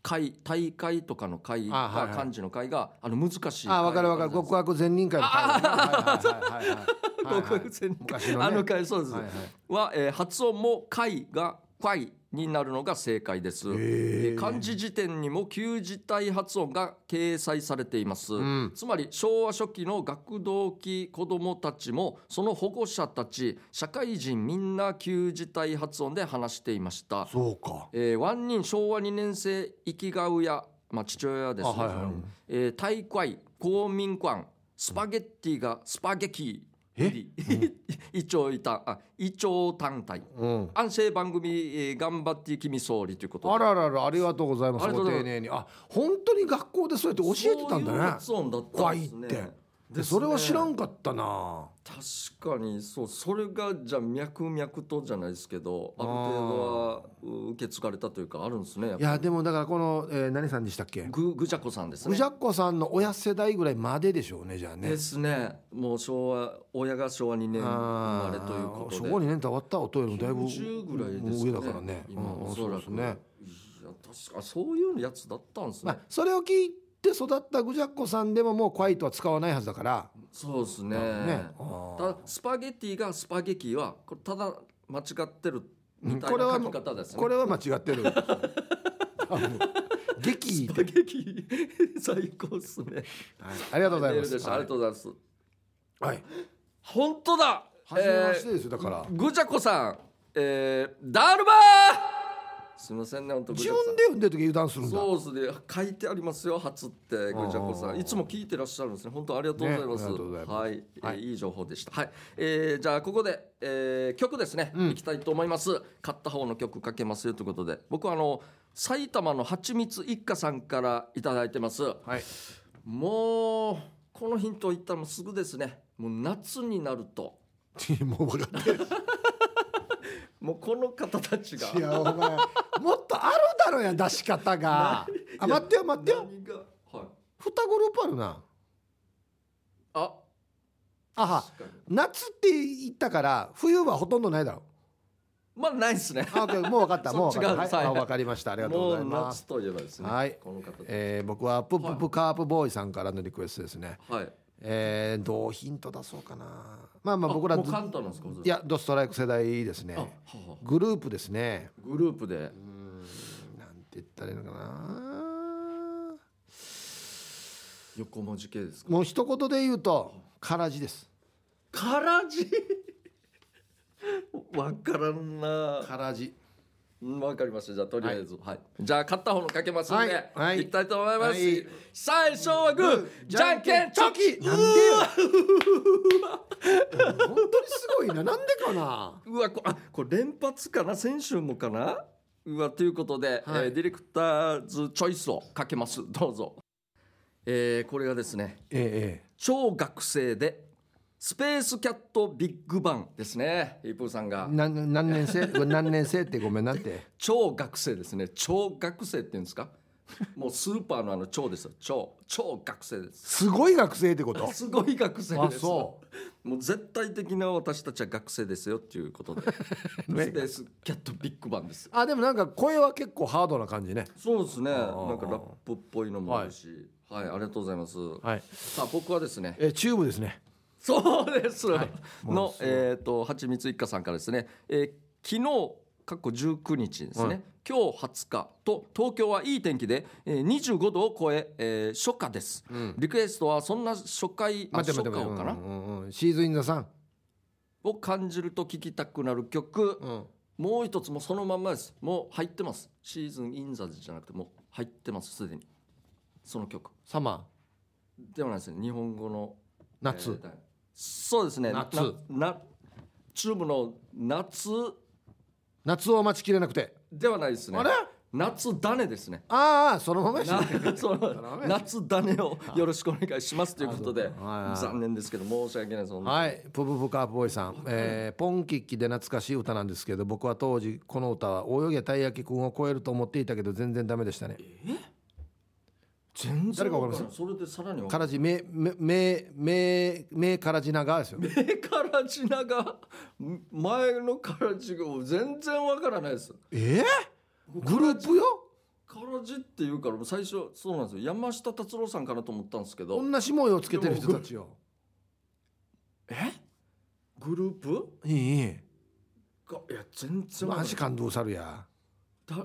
Speaker 1: 会大会とかの会
Speaker 2: あはいは
Speaker 1: が
Speaker 2: い
Speaker 1: 漢字の会があの難しい
Speaker 2: あ分かる分かる
Speaker 1: 国
Speaker 2: 極悪善人会の会はいはいはいはいはいはい
Speaker 1: 極悪善人
Speaker 2: 昔のね
Speaker 1: あの会そうです、
Speaker 2: はいはい
Speaker 1: は、えー発音も会が会になるのが正解です、えー
Speaker 2: えー
Speaker 1: 漢字辞典にも旧字体発音が掲載されています、
Speaker 2: ん
Speaker 1: つまり昭和初期の学童期子どもたちもその保護者たち社会人みんな旧字体発音で話していました、
Speaker 2: そうか
Speaker 1: えー、万人昭和2年生生きがうや、まあ、父親ですね、
Speaker 2: あはいはい
Speaker 1: えー、大会公民館スパゲッティがスパゲキ
Speaker 2: え
Speaker 1: 胃腸 いたあ胃腸単体
Speaker 2: うん
Speaker 1: 安静番組、えー頑張って君総理ということで
Speaker 2: あらららありがとうございま
Speaker 1: あ
Speaker 2: す
Speaker 1: りが
Speaker 2: ご
Speaker 1: とうございます
Speaker 2: 丁寧にあ本当に学校でそうやって教えてたんだ
Speaker 1: そう
Speaker 2: ね
Speaker 1: いう発音だった
Speaker 2: 怖
Speaker 1: ん
Speaker 2: い
Speaker 1: で
Speaker 2: っ
Speaker 1: すね
Speaker 2: てでそれは知ら
Speaker 1: で
Speaker 2: んかったな
Speaker 1: すね確かにそうそれがじゃあ脈々とじゃないですけどある程度はう受け継がれたというかあるんですねやっ
Speaker 2: い
Speaker 1: ぱ
Speaker 2: やでもだからこの、えー何さんでしたっけ
Speaker 1: ぐぐじゃこさんです
Speaker 2: う
Speaker 1: ね
Speaker 2: じゃっこさんの親世代ぐらいまででしょうねじゃあね
Speaker 1: ですねもう昭和親が昭和2年生ま
Speaker 2: あ
Speaker 1: れというこ
Speaker 2: ー
Speaker 1: と
Speaker 2: そ
Speaker 1: で
Speaker 2: こにねた終わったおとよりもだいぶ
Speaker 1: 50ぐらいです
Speaker 2: 上だからね
Speaker 1: 今
Speaker 2: うん
Speaker 1: お
Speaker 2: そ
Speaker 1: そうら
Speaker 2: です
Speaker 1: くい
Speaker 2: ね
Speaker 1: や確かそういうやつだったんですね、
Speaker 2: まあそれを聞いて育ったぐじゃっこさんでももう怖いとは使わないはずだから
Speaker 1: そうですね
Speaker 2: ね
Speaker 1: た
Speaker 2: あ
Speaker 1: だスパゲティがスパゲキはこれただ間違ってる
Speaker 2: ー
Speaker 1: みたい
Speaker 2: これ
Speaker 1: な
Speaker 2: は
Speaker 1: 書き方ですね
Speaker 2: これは間違っ てる多分激
Speaker 1: スパゲキ 最高っすね
Speaker 2: はいありがとうござい
Speaker 1: メール
Speaker 2: ま
Speaker 1: ですしたありがとうございます
Speaker 2: はい
Speaker 1: 本当だ
Speaker 2: 初めましてですよだから
Speaker 1: えーぐちゃこさんえーダルバーすいませんね本当ぐ
Speaker 2: 自
Speaker 1: ちゃこさ
Speaker 2: 分
Speaker 1: ん
Speaker 2: で読んでる時油断するんだ
Speaker 1: ソースで書いてありますよ初ってぐちゃこさ
Speaker 2: あ
Speaker 1: ん
Speaker 2: ー
Speaker 1: いつも聞いてらっしゃるんですね本当ありがとうございます,、
Speaker 2: ねありがとうございます
Speaker 1: はい、えー
Speaker 2: はい
Speaker 1: いい情報でしたはい、えーじゃあここで、えー曲ですね、いきたいと思います買った方の曲かけますよということで僕はあの埼玉のはちみつ一家さんからいただいてます
Speaker 2: はい
Speaker 1: もうこのヒント言ったらもうすぐですねもう夏になると
Speaker 2: もう分かってる
Speaker 1: もうこの方たちが
Speaker 2: いやお前もっとあるだろうや出し方があ待ってよ待ってよ
Speaker 1: 何がはい
Speaker 2: 2グループあるな
Speaker 1: あ
Speaker 2: あは
Speaker 1: 確かに
Speaker 2: 夏って言ったから冬はほとんどないだろう
Speaker 1: まあないですね
Speaker 2: あ OK もう分か ったもう分かっ
Speaker 1: そっ
Speaker 2: た、は
Speaker 1: ち
Speaker 2: い、
Speaker 1: が
Speaker 2: あ分かりましたありがとうござい
Speaker 1: もう
Speaker 2: ま
Speaker 1: 夏
Speaker 2: す
Speaker 1: といえばですね。
Speaker 2: はい
Speaker 1: この方で。
Speaker 2: えー僕はプップップカープボーイさんからのリクエストですね、
Speaker 1: はい。
Speaker 2: えー、どうヒント出そうかなまあまあ僕ら
Speaker 1: もう
Speaker 2: ず
Speaker 1: 簡単なんですか。小沢さん
Speaker 2: い。やドストライク世代ですね
Speaker 1: あ、はあはあ
Speaker 2: グループですね
Speaker 1: グループで。
Speaker 2: なんて言ったらいいのかな
Speaker 1: 横文字系ですか。
Speaker 2: もう一言で言うとからじです
Speaker 1: からじ。 わからんな。
Speaker 2: からじ
Speaker 1: うんわかりました。じゃあとりあえず、はい。じゃあ勝った方のかけますんで、
Speaker 2: はいはい
Speaker 1: いきたいと思います。
Speaker 2: はい
Speaker 1: 最初はグー、じゃんけんチョキ。
Speaker 2: なんでよ本当にすごいななんでかな
Speaker 1: うわこあこれ連発かな先週もかなうわということで、
Speaker 2: はい
Speaker 1: えーディレクターズチョイスをかけますどうぞ、えーこれがですね
Speaker 2: え
Speaker 1: 超学生でスペースキャットビッグバンですねイープーさんが
Speaker 2: な何年生何年生ってごめんなって
Speaker 1: 超学生ですね超学生っていうんですかもうスーパーのあの超ですよ超超学生です
Speaker 2: すごい学生ってこと
Speaker 1: すごい学生
Speaker 2: あ
Speaker 1: です
Speaker 2: そ
Speaker 1: もう絶対的な私たちは学生ですよっていう ことで
Speaker 2: ね
Speaker 1: スペースキャットビッグバンです
Speaker 2: うあでもなんか声は結構ハードな感じね
Speaker 1: そうですね
Speaker 2: あー
Speaker 1: なんかラップっぽいのもあるしはい、ありがとうございます、
Speaker 2: はい
Speaker 1: さあ僕はですね
Speaker 2: えチューブですね
Speaker 1: そうです。
Speaker 2: もう
Speaker 1: の
Speaker 2: す、ぐ
Speaker 1: えっ、と、はちみつ一家さんからですね。えー昨日、過去19日ですね。
Speaker 2: はい
Speaker 1: 今日20日と東京はいい天気で、えー、25度を超ええー初夏です、
Speaker 2: うん
Speaker 1: リクエストはそんな初回あ
Speaker 2: 待
Speaker 1: 初
Speaker 2: っ
Speaker 1: 夏
Speaker 2: て待って待っ
Speaker 1: を
Speaker 2: て
Speaker 1: かな、
Speaker 2: うんうんうんシーズンインザさん
Speaker 1: を感じると聴きたくなる曲、
Speaker 2: うん
Speaker 1: もう一つもうそのまんまですもう入ってますシーズンインザーズじゃなくてもう入ってますすでにその曲
Speaker 2: サマ
Speaker 1: ではないですね日本語の
Speaker 2: ー夏、
Speaker 1: えーそうですね
Speaker 2: 夏
Speaker 1: ななチューブの夏
Speaker 2: 夏を待ちきれなくて
Speaker 1: ではないですね
Speaker 2: あれ
Speaker 1: 夏種ですね
Speaker 2: ああそのままやし
Speaker 1: な そ
Speaker 2: ダ
Speaker 1: の
Speaker 2: メ
Speaker 1: 夏種をよろしくお願いしますということで
Speaker 2: あそうかはいはい
Speaker 1: 残念ですけど申し訳ないです本当に
Speaker 2: はい、プブプカープボーイさん、えーポンキッキで懐かしい歌なんですけど僕は当時この歌は「泳げたい焼きくん」を超えると思っていたけど全然ダメでしたね
Speaker 1: 全然
Speaker 2: 誰かわかります
Speaker 1: わんないそれでさらにわか
Speaker 2: かららじめめめめめからじながですよ
Speaker 1: んない目からじなが前のからじが全然わからないです
Speaker 2: えー、グループよ
Speaker 1: からじっていうから最初そうなんですよ山下達郎さんかなと思ったんですけど
Speaker 2: 同じ模様をつけてる人たちよ
Speaker 1: えグループ
Speaker 2: いいいい
Speaker 1: がいや全然わか
Speaker 2: マ
Speaker 1: んない
Speaker 2: ジ感動さるや
Speaker 1: だ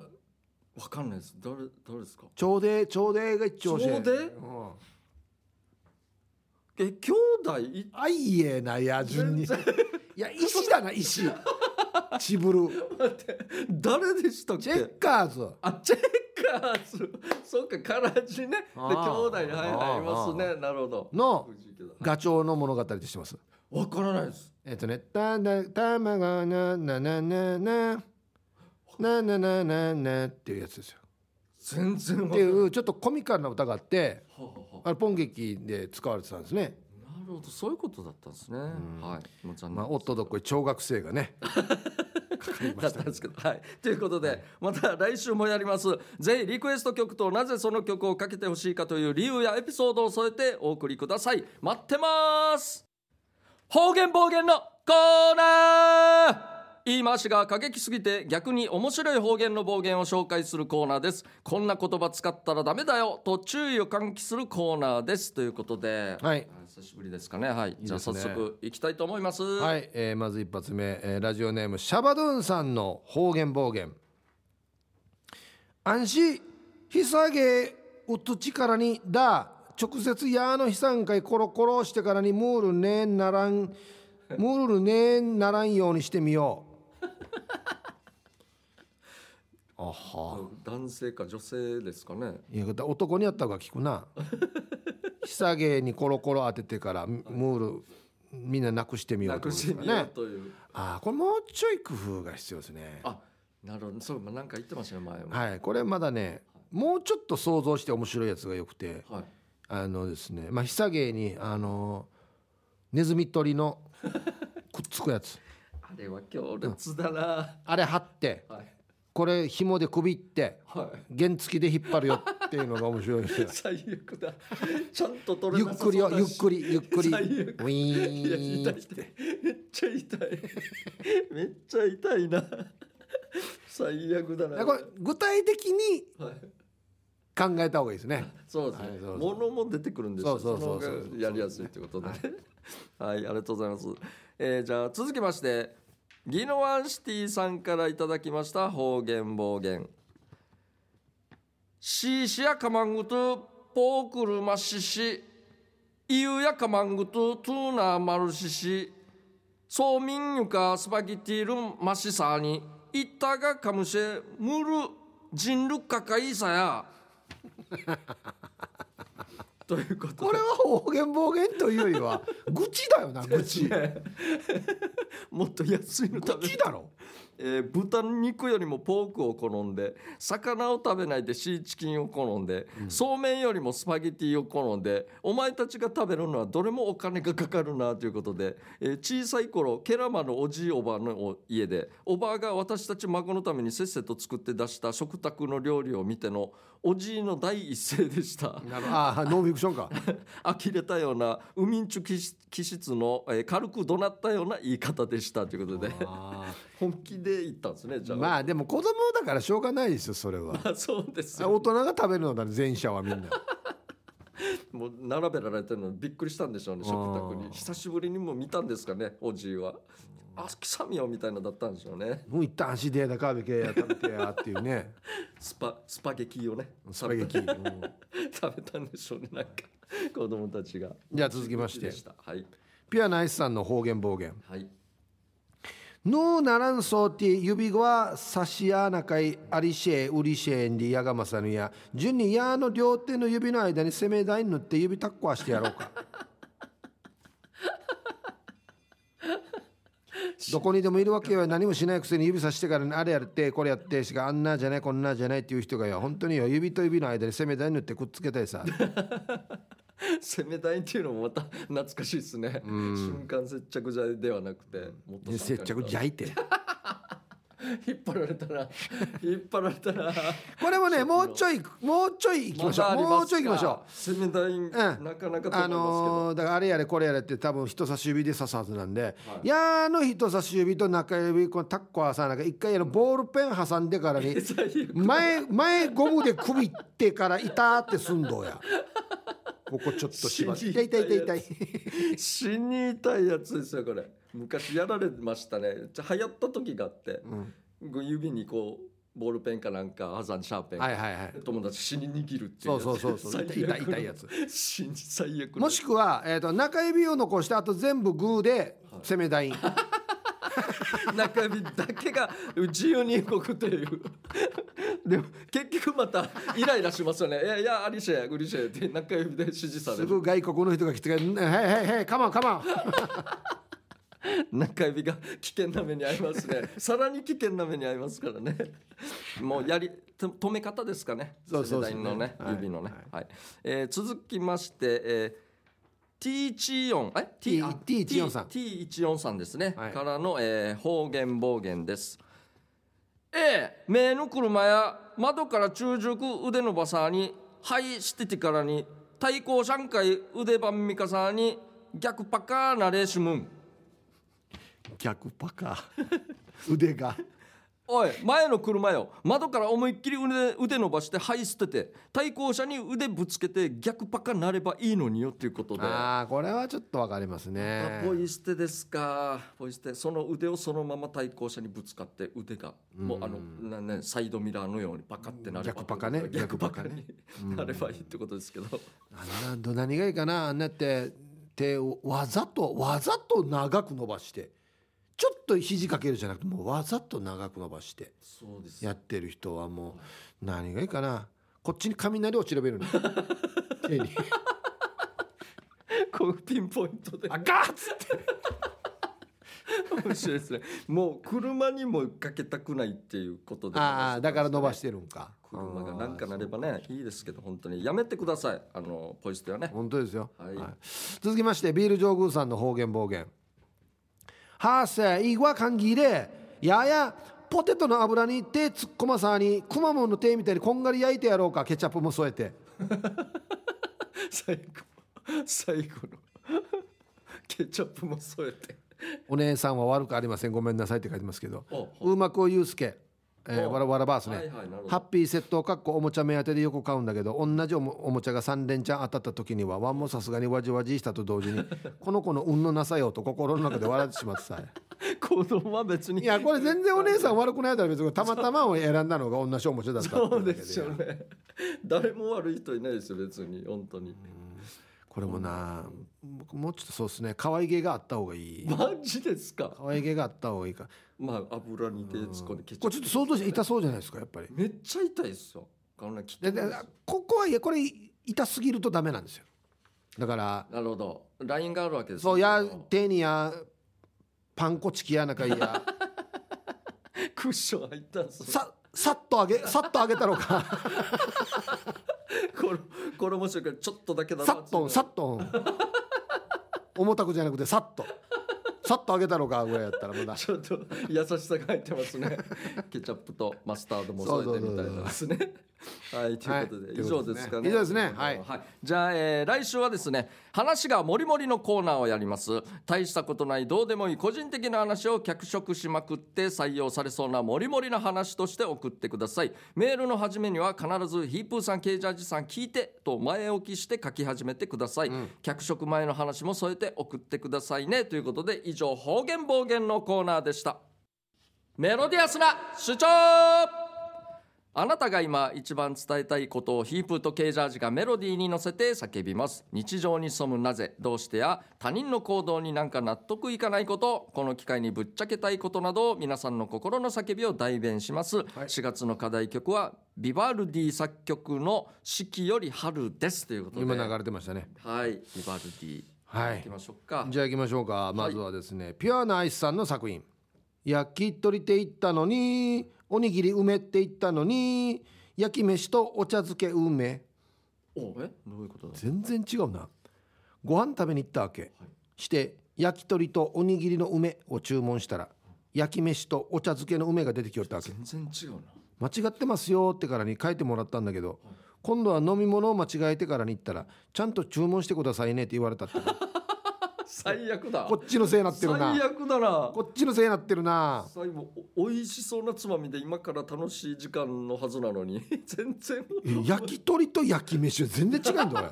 Speaker 1: わかんないです誰誰ですか
Speaker 2: ちょうでいちょうでいが一丁して
Speaker 1: ちょうでい
Speaker 2: ん
Speaker 1: え兄弟い
Speaker 2: あいえなや順にい
Speaker 1: 全
Speaker 2: や石だな石チブル
Speaker 1: 誰でしたっ
Speaker 2: チェ
Speaker 1: け
Speaker 2: ッカーズ
Speaker 1: あチェッカーズそうかからじねで
Speaker 2: あー
Speaker 1: 兄弟にはい
Speaker 2: あー
Speaker 1: 入りますねなるほど
Speaker 2: のガチョウの物語って知ってます
Speaker 1: わからないです
Speaker 2: えっとね、ただ、たまがな、な、な、な、な。な、な、な、な、なっていうやつですよ。
Speaker 1: 全然わ
Speaker 2: っ
Speaker 1: か
Speaker 2: て
Speaker 1: んないいは
Speaker 2: う、ちょっとコミカルな歌があって、
Speaker 1: あはあはあ
Speaker 2: あのポン劇で使われてたんですね。
Speaker 1: なるほどそういうことだったんですねはいもう残
Speaker 2: まあ、
Speaker 1: 念
Speaker 2: オットドッグ、小学生がね。
Speaker 1: だったんですけどはいということでまた来週もやりますぜひリクエスト曲となぜその曲をかけてほしいかという理由やエピソードを添えてお送りください待ってます方言暴言のコーナー言い回しが過激すぎて逆に面白い方言の暴言を紹介するコーナーですこんな言葉使ったらダメだよと注意を喚起するコーナーですということで、
Speaker 2: はい
Speaker 1: あ久しぶりですかねはい
Speaker 2: いですね
Speaker 1: じゃあ早速いきたいと思います
Speaker 2: はいい、えーまず一発目、えーラジオネームシャバドゥンさんの方言暴言。安心、ひさげ、うつ力に、だ、直接やーの悲惨会コロコロしてからに、ムールねんならん、ムールねんならんようにしてみよう。あは。
Speaker 1: 男性か女性ですかね
Speaker 2: いやだ男にやった方が効くな。 ひさげにコロコロ当ててから、ムール、みんななくしてみよう
Speaker 1: な
Speaker 2: って
Speaker 1: く
Speaker 2: ことで
Speaker 1: し
Speaker 2: す
Speaker 1: て
Speaker 2: か
Speaker 1: みようという。
Speaker 2: ああこれもうちょい工夫が必要ですね
Speaker 1: あ、なるほど、そう、まあなんか言ってましたね、前も。
Speaker 2: はいこれまだねもうちょっと想像して面白いやつがよくて
Speaker 1: はい。
Speaker 2: あのですねまあひさげにあのネズミ捕り のくっつくやつ
Speaker 1: あれは強烈だな。
Speaker 2: あれ貼って
Speaker 1: はい。
Speaker 2: これ紐で首って
Speaker 1: はい。
Speaker 2: 原付で引っ張るよっていうのが面白いで すよ
Speaker 1: 最悪だ。ちゃんと取れ
Speaker 2: ゆ
Speaker 1: な
Speaker 2: っ
Speaker 1: さそ
Speaker 2: く
Speaker 1: う
Speaker 2: りよ
Speaker 1: だ
Speaker 2: ゆっ
Speaker 1: し
Speaker 2: く。りゆっくり ウ
Speaker 1: 最悪いや、
Speaker 2: ィ
Speaker 1: 痛い痛
Speaker 2: ーン
Speaker 1: い。めっちゃ痛い。めっちゃ痛いな。最悪だな。
Speaker 2: これ具体的に
Speaker 1: はい。
Speaker 2: 考えた方がいいですね
Speaker 1: そうですね
Speaker 2: はいそうそ。う
Speaker 1: 物も出てくるんですよ。
Speaker 2: そ
Speaker 1: そう
Speaker 2: そうそうそう
Speaker 1: の方がやりやすいということで。はい、ありがとうございます。えーじゃあ続きまして、ギノワンシティさんからいただきました方言暴言。シーシやカマングトポークルマシシ。イユやカマングトトゥーナーマルシシ。ソーミンユカスパゲティルンマシサーに。イタがカムシェムルジンルカカイサや。ということで
Speaker 2: これは方言暴言というより は愚痴だよな愚痴
Speaker 1: もっと安いの
Speaker 2: 愚
Speaker 1: 食べ
Speaker 2: 痴だろ
Speaker 1: えー豚肉よりもポークを好んで魚を食べないでシーチキンを好んで、そうめんよりもスパゲティを好んでお前たちが食べるのはどれもお金がかかるなということで、えー小さい頃ケラマのおじいおばのお家でおばあが私たち孫のためにせっせと作って出した食卓の料理を見てのおじいの第一声でした。
Speaker 2: ああノンフィクションか
Speaker 1: 呆れたようなウミンチュ気質気質の、えー軽く怒鳴ったような言い方でしたということで
Speaker 2: あ
Speaker 1: 本気で言ったんですねじ
Speaker 2: ー
Speaker 1: ゃあ、
Speaker 2: まあでも子供だからしょうがないですよそれは
Speaker 1: そうです
Speaker 2: あ
Speaker 1: よ
Speaker 2: 大人が食べるのだね前者はみんな
Speaker 1: もう並べられてるのびっくりしたんでしょうね
Speaker 2: あー
Speaker 1: 食卓に久しぶりにも見たんですかねおじいはあ貴様よみたいなだったんでしょうね
Speaker 2: もう一旦足でやだかべけや食べてやっていうね
Speaker 1: スパスパゲキをね
Speaker 2: スパゲティ、うん
Speaker 1: 食べた んでしょうねなんか子供たちが
Speaker 2: じゃあ続きまし
Speaker 1: で
Speaker 2: て
Speaker 1: したはい
Speaker 2: ピュアナイスさんの方言暴言
Speaker 1: はい
Speaker 2: ぬーならんそうて指ごは差しやなかいありしえうりしえんりやがまさぬや順にやの両手の指の間に攻め台塗って指タッコはしてやろう かどこにでもいるわけよ何もしないくせに指さしてからにあれやってこれやってしかあんなじゃないこんなじゃないっていう人がよ本当によ指と指の間に攻め台塗ってくっつけたいさ
Speaker 1: 攻め台っていうのもまた懐かしいですね瞬間接着剤ではなくてもっと
Speaker 2: 接着じゃいて
Speaker 1: 引っ張られた ら引っ張られたら
Speaker 2: これもねもうちょいもうちょい行きましょうもうちょい行きましょう
Speaker 1: 攻め台、なかなかと思いますけど、
Speaker 2: あのーだからあれやれこれやれって多分人差し指で刺すはずなんで、い、やーの人差し指と中指このタッコはさなんか一回やるボールペン挟んでからに
Speaker 1: 最悪
Speaker 2: 前前ゴムで首ってから痛ってすんどうやここちょっと縛って
Speaker 1: 死に痛
Speaker 2: 痛い
Speaker 1: い
Speaker 2: 痛い痛い痛い
Speaker 1: 死に痛いやつですよこれ昔やられましたねじゃ流行った時があって、こう指にこうボールペンかなんかハサンシャーペン、
Speaker 2: はいはいはい
Speaker 1: 友達死に握るっていうや
Speaker 2: そう
Speaker 1: つ
Speaker 2: そうそうそう
Speaker 1: 最悪
Speaker 2: 痛い痛いやつ
Speaker 1: 死に最悪
Speaker 2: もしくは、えー、と中指を残してあと全部グーで攻め台、
Speaker 1: 中指だけが自由に動くというでも結局またイライラしますよね「いやいやアリシェグリシェ」って中指で指示さ
Speaker 2: す
Speaker 1: れる
Speaker 2: ぐ外国の人が来てから「うんはいはいはいカモンカモン」
Speaker 1: 中指が危険な目に遭います ねさらに危険な目に遭いますからねもうやりと止め方ですかね
Speaker 2: そうそうそう
Speaker 1: 世代のね
Speaker 2: はい
Speaker 1: 指のね、
Speaker 2: はい
Speaker 1: はいえー続きまして、えー T14 え
Speaker 2: T-
Speaker 1: T- あ
Speaker 2: T114 さん
Speaker 1: T- T114 さんですね、
Speaker 2: はい
Speaker 1: からの、えー方言暴言ですええ、目の車や窓から中熟腕のばさに、はいしててからに、対抗上海腕番みかさに、逆パカーなれしむん。
Speaker 2: 逆パカ 腕が
Speaker 1: おい、前の車よ。窓から思いっきり腕腕伸ばして、はい捨てて、対向車に腕ぶつけて、逆パカなればいいのによっていうことで。
Speaker 2: ああこれはちょっとわかりますね
Speaker 1: あポイ捨てですかポイ捨てその腕をそのまま対向車にぶつかって腕がもうあのなねサイドミラーのようにパカってなれば
Speaker 2: 逆パカね
Speaker 1: 逆パカ
Speaker 2: 逆
Speaker 1: になればいいってことですけど
Speaker 2: あんなど何がいいかなあんなって手をわざとわざと長く伸ばしてちょっと肘掛けるじゃなくてもうわざと長く伸ばして
Speaker 1: そうです
Speaker 2: やってる人はもう何がいいかなこっちに雷落ちればいいのに 手に
Speaker 1: こうピンポイントで
Speaker 2: あガッつって
Speaker 1: 面白いですねもう車にもかけたくないっていうことで
Speaker 2: ああだから伸ばしてるんか
Speaker 1: 車がなんかな
Speaker 2: あ
Speaker 1: ればねいいですけど本当にやめてくださいあのポイ捨てはね
Speaker 2: ー本当ですよ、
Speaker 1: はい
Speaker 2: 続きましてビール上宮さんの方言暴言はーせいわかんぎれややポテトの油に手突っ込まさにくまモンの手みたいにこんがり焼いてやろうかケチャップも添えて
Speaker 1: 最後最後のケチャップも添えて
Speaker 2: お姉さんは悪くありませんごめんなさいって書いてますけど
Speaker 1: お
Speaker 2: うまくおゆうすけえー
Speaker 1: お
Speaker 2: わらわらバースね、
Speaker 1: はいはいなるほど
Speaker 2: ハッピーセットをかっこおもちゃ目当てでよく買うんだけど同じおもおもちゃが3連チャン当たった時にはワンもさすがにわじわじしたと同時に この子の運のなさよと心の中で笑ってしまってさ
Speaker 1: 子供は別に
Speaker 2: いやこれ全然お姉さん悪くないだろ別にたまたまを選んだのが同じおもちゃだったっていうだ
Speaker 1: そ
Speaker 2: け
Speaker 1: うですよね誰も悪い人いないですよ別に本当に
Speaker 2: これもな僕もうちょっとそうですね可愛げがあった方がいい
Speaker 1: マジですか
Speaker 2: 可愛げがあった方がいいか
Speaker 1: まあ油に手突っ込んでケチャップ
Speaker 2: これちょっと想像して痛そうじゃないですかやっぱり
Speaker 1: めっちゃ痛いですよこんな危
Speaker 2: で
Speaker 1: 険
Speaker 2: で
Speaker 1: ですよ
Speaker 2: ここはいやこれ痛すぎるとダメなんですよだから
Speaker 1: なるほどラインがあるわけですね
Speaker 2: そうや手にやパンコチキやなんかいや
Speaker 1: クッション入ったんです
Speaker 2: ささっと揚げさっと揚げた のか
Speaker 1: これ衣してからちょっとだけだ
Speaker 2: さっとさっと重たくじゃなくてさっとさっと揚げたのかぐらいやったらまだ
Speaker 1: ちょっと優しさが入ってますね ケチャップとマスタードも添えてみたいなですねはいということで、
Speaker 2: はい
Speaker 1: 以上ですかね
Speaker 2: 以上ですねはい
Speaker 1: じゃあ、えー来週はですね話がもりもりのコーナーをやります大したことないどうでもいい個人的な話を脚色しまくって採用されそうなもりもりの話として送ってくださいメールの始めには必ずヒープーさんケイジャージさん聞いてと前置きして書き始めてください、脚色前の話も添えて送ってくださいねということで以上方言暴言のコーナーでしたメロディアスな主張あなたが今一番伝えたいことをヒープーとケージャージがメロディーに乗せて叫びます日常に潜むなぜどうしてや他人の行動になんか納得いかないことこの機会にぶっちゃけたいことなど皆さんの心の叫びを代弁します、4月の課題曲はビバルディ作曲の四季より春ですということで
Speaker 2: 今流れてましたね
Speaker 1: はいビバルディ
Speaker 2: はい
Speaker 1: いきましょうか
Speaker 2: じゃあ行きましょうかまずはですね、ピュアなアイスさんの作品「焼き鳥って言ったのにおにぎり梅って言ったのに焼き飯とお茶漬け梅
Speaker 1: おえどういうことだ」
Speaker 2: 全然違うなご飯食べに行ったわけ、して焼き鳥とおにぎりの梅を注文したら焼き飯とお茶漬けの梅が出てきよったわけ
Speaker 1: 全然違うな
Speaker 2: 間違ってますよってからに書いてもらったんだけど、今度は飲み物を間違えてからに行ったらちゃんと注文してくださいねって言われたってこ
Speaker 1: 最悪だ
Speaker 2: っちのせいになってるな
Speaker 1: 最悪だな
Speaker 2: こっちのせいになってるな
Speaker 1: 最後お美味しそうなつまみで今から楽しい時間のはずなのに 全然
Speaker 2: え焼き鳥と焼き飯は全然違 うんだよ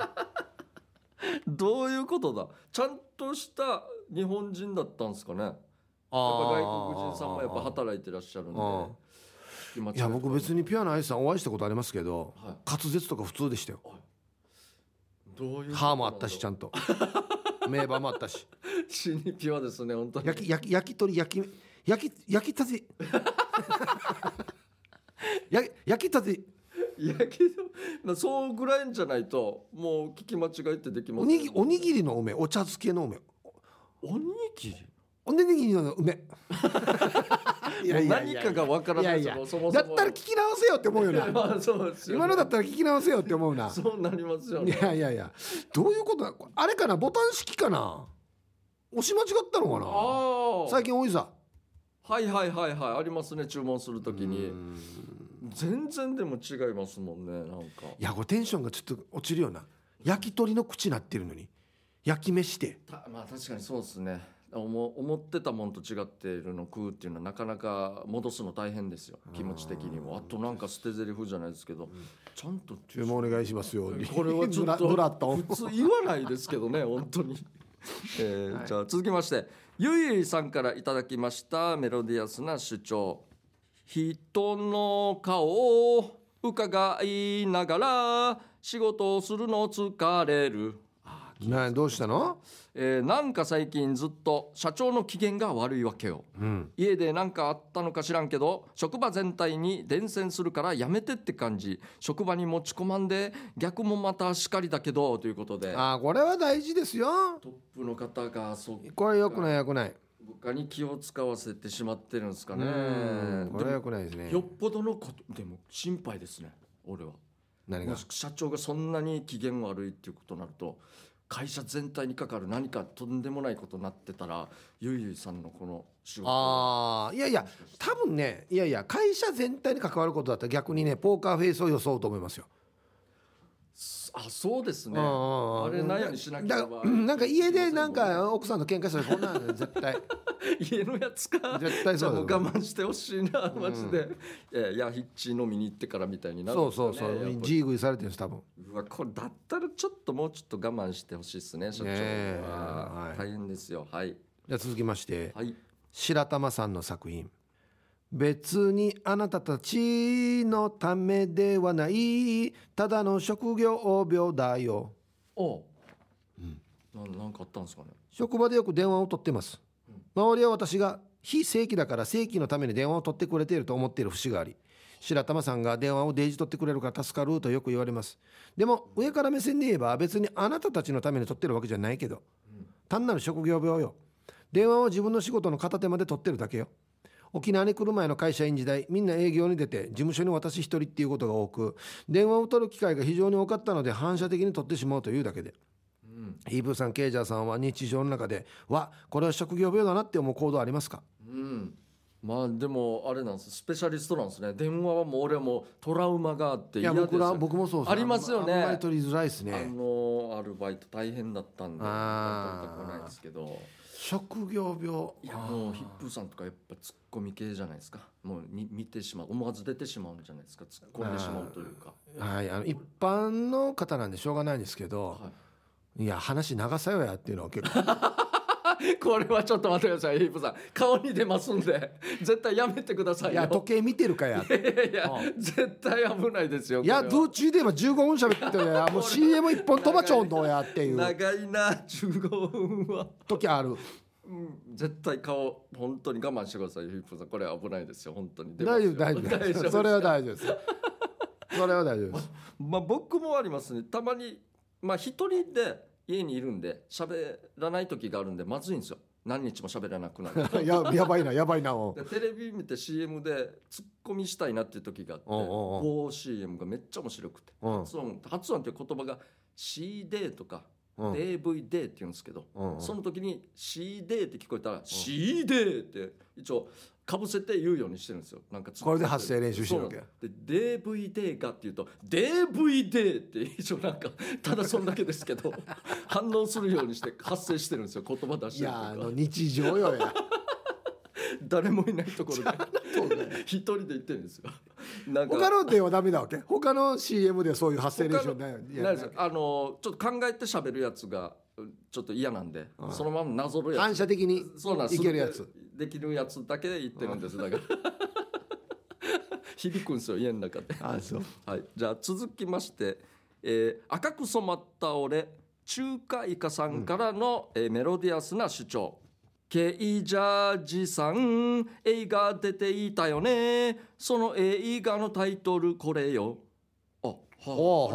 Speaker 1: どういうことだちゃんとした日本人だったんですかねやっぱ外国人さんもやっぱ働いてらっしゃるんで
Speaker 2: あ
Speaker 1: 気持ち
Speaker 2: いや僕別にピュアなアイスさんお会いしたことありますけど、
Speaker 1: はい
Speaker 2: 滑舌とか普通でしたよ
Speaker 1: どういうことなんだろう
Speaker 2: 歯もあったしちゃんと 名場もあったし
Speaker 1: 死にピュアですね本当に
Speaker 2: 焼き焼き焼き鳥焼き焼き焼きたて 焼き焼きたて
Speaker 1: やけどなそうぐらいんじゃないともう聞き間違いってできま
Speaker 2: お
Speaker 1: す
Speaker 2: にぎおにぎりの梅お茶漬けの梅
Speaker 1: おにぎり
Speaker 2: おにぎり の梅いやいや
Speaker 1: 何
Speaker 2: いや
Speaker 1: かがわからない
Speaker 2: いやいや
Speaker 1: もうそもそ
Speaker 2: だ
Speaker 1: も
Speaker 2: ったら聞き直せよって思 うよな
Speaker 1: まあそうですよね
Speaker 2: 今のだったら聞き直せよって思うな
Speaker 1: そうなりますよ
Speaker 2: い
Speaker 1: ね
Speaker 2: やいやいやどういうことだあれかなボタン式かな押し間違ったのか
Speaker 1: あ
Speaker 2: な
Speaker 1: あ
Speaker 2: 最近多いさ
Speaker 1: はいはいはいはいありますね注文するときに
Speaker 2: うん
Speaker 1: 全然でも違いますもんねなんか
Speaker 2: いやこれテンションがちょっと落ちるよな焼き鳥の口なってるのに焼き飯で
Speaker 1: たまあ確かにそうですね思思ってたもんと違っているの食うっていうのはなかなか戻すの大変ですよ気持ち的にもあとなんか捨て台詞じゃないですけど、ちゃんと
Speaker 2: 注文お願いしますよ
Speaker 1: これはちょっと
Speaker 2: ブラッと
Speaker 1: 普通言わないですけど ね本当に、えーじゃあ続きましてゆいゆいさんからいただきましたメロディアスな主張人の顔を伺いながら仕事をするの疲れる
Speaker 2: などうしたの
Speaker 1: えーなんか最近ずっと社長の機嫌が悪いわけよ、
Speaker 2: ん
Speaker 1: 家で何かあったのか知らんけど職場全体に伝染するからやめてって感じ職場に持ち込まんで逆もまたしかりだけどということで
Speaker 2: あーこれは大事ですよ
Speaker 1: トップの方がそっ
Speaker 2: これ良くない良くない
Speaker 1: かに気を使わせてしまってるんですかね
Speaker 2: うんこれは
Speaker 1: で
Speaker 2: 良くないです
Speaker 1: も
Speaker 2: ね
Speaker 1: よっぽどのことでも心配ですね俺は
Speaker 2: 何
Speaker 1: も
Speaker 2: が
Speaker 1: し社長がそんなに機嫌悪いっていうことになると会社全体にかかる何かとんでもないことになってたらゆいゆいさんのこの仕事
Speaker 2: ああいやいや多分ねいやいや会社全体に関わることだったら逆にねポーカーフェイスを装うと思いますよ。
Speaker 1: あそうですね
Speaker 2: うんうん
Speaker 1: あ
Speaker 2: うん
Speaker 1: れなんやにしなけれ
Speaker 2: だ
Speaker 1: ば
Speaker 2: うんなんか家でなんか奥さんと喧嘩したらこんなんだよ絶 対
Speaker 1: 家のやつか
Speaker 2: 絶対
Speaker 1: じゃ
Speaker 2: そ
Speaker 1: あ
Speaker 2: うだ
Speaker 1: も
Speaker 2: よ
Speaker 1: う我慢してほしいなマジでいやいやヒッチ飲みに行ってからみたいになる
Speaker 2: そ
Speaker 1: ん
Speaker 2: う
Speaker 1: ですか
Speaker 2: そ
Speaker 1: ねや
Speaker 2: うそう
Speaker 1: っぱり
Speaker 2: ジー食いされてるんです多分。
Speaker 1: うわこれだったらちょっともうちょっと我慢してほしいですね社長
Speaker 2: ねえ
Speaker 1: は、
Speaker 2: はい
Speaker 1: 大変ですよはい
Speaker 2: じゃあ続きまして
Speaker 1: はい
Speaker 2: 白玉さんの作品「別にあなたたちのためではないただの職業病だよ」
Speaker 1: おう、なん、なんかあったんですかね
Speaker 2: 職場でよく電話を取ってます周りは私が非正規だから正規のために電話を取ってくれていると思っている節があり白玉さんが電話をデージ取ってくれるから助かるとよく言われますでも上から目線で言えば別にあなたたちのために取ってるわけじゃないけど単なる職業病よ電話を自分の仕事の片手まで取ってるだけよ沖縄に来る前の会社員時代みんな営業に出て事務所に私一人っていうことが多く電話を取る機会が非常に多かったので反射的に取ってしまうというだけでイーブーさんケイジャーさんは日常の中で「わこれは職業病だな」って思う行動ありますか
Speaker 1: うん、まあでもあれなんですスペシャリストなんですね電話はもう俺はもうトラウマがあって
Speaker 2: い
Speaker 1: 嫌
Speaker 2: や
Speaker 1: です
Speaker 2: 僕ら
Speaker 1: よ
Speaker 2: 僕もそうです
Speaker 1: ありますよね
Speaker 2: あんまり取りづらいです
Speaker 1: あ
Speaker 2: ね
Speaker 1: のアルバイト大変だったんで
Speaker 2: あー
Speaker 1: 取りたくないですけど
Speaker 2: 職業病
Speaker 1: いやもうヒップーさんとかやっぱツッコミ系じゃないですかもうに見てしまう思わず出てしまうんじゃないですか突っ込んでしまうというか、
Speaker 2: はい、あの一般の方なんでしょうがないんですけど、、
Speaker 1: はい
Speaker 2: や話長さよやっていうの は結構
Speaker 1: い、 これはちょっと待ってくださいヒップーさん顔に出ますんで絶対やめてください
Speaker 2: い
Speaker 1: よ
Speaker 2: や時計見てる かやって
Speaker 1: いやいや絶対危ないですよ
Speaker 2: いや
Speaker 1: これは
Speaker 2: 道中で今15分しゃべって るやもう CM 一本飛ばちょんどうやっていう
Speaker 1: 長いな15分は。
Speaker 2: 時ある
Speaker 1: うん絶対顔本当に我慢してくださいヒップさんこれ危ないですよ本当に出ま
Speaker 2: 大
Speaker 1: す
Speaker 2: 丈
Speaker 1: よ
Speaker 2: 夫大丈 夫
Speaker 1: 大丈夫
Speaker 2: それは大丈 夫ですそれは大丈夫です
Speaker 1: まあ僕もありますねたまにまあ一人で家にいるんで喋らない時があるんでまずいんですよ何日も喋らなくな る
Speaker 2: ややばいなやばいなお
Speaker 1: でテレビ見て CM でツッコミしたいなっていう時があって
Speaker 2: おうおう
Speaker 1: 5CM がめっちゃ面白くて
Speaker 2: ううん
Speaker 1: 発音発音っていう言葉が CD とか
Speaker 2: うん
Speaker 1: AVD って言うんですけど
Speaker 2: うん
Speaker 1: その時に CD って聞こえたら CD って一応かぶせて言うようにしてるんですよ。なんか
Speaker 2: これで発声練習してるわけ
Speaker 1: そうなんですで DVD かっていうと DVD って一応なんかただそんだけですけ ど反応するようにして発声してるんですよ言葉出し
Speaker 2: い
Speaker 1: てる
Speaker 2: やあ
Speaker 1: と
Speaker 2: の
Speaker 1: か
Speaker 2: 日 常よや
Speaker 1: 誰もいないところで
Speaker 2: そうね
Speaker 1: 一人で言ってるんですよ。なんか
Speaker 2: 他の電話ダメだわけ他の CM ではそういう発声練
Speaker 1: 他
Speaker 2: 習
Speaker 1: の
Speaker 2: ないいや
Speaker 1: ないですあのちょっと考えて喋るやつがちょっと嫌なんでそのままなぞるやつ
Speaker 2: 反射的に
Speaker 1: そうなんです
Speaker 2: いけるやつ
Speaker 1: できるやつだけで言ってるんですだから 響くんですよ家の中で
Speaker 2: あそう
Speaker 1: はいじゃあ続きまして、えー赤く染まった俺中華イカさんからの、えーメロディアスな主張ケイジャージさん映画出ていたよねその映画のタイトルこれよあはあ
Speaker 2: ほう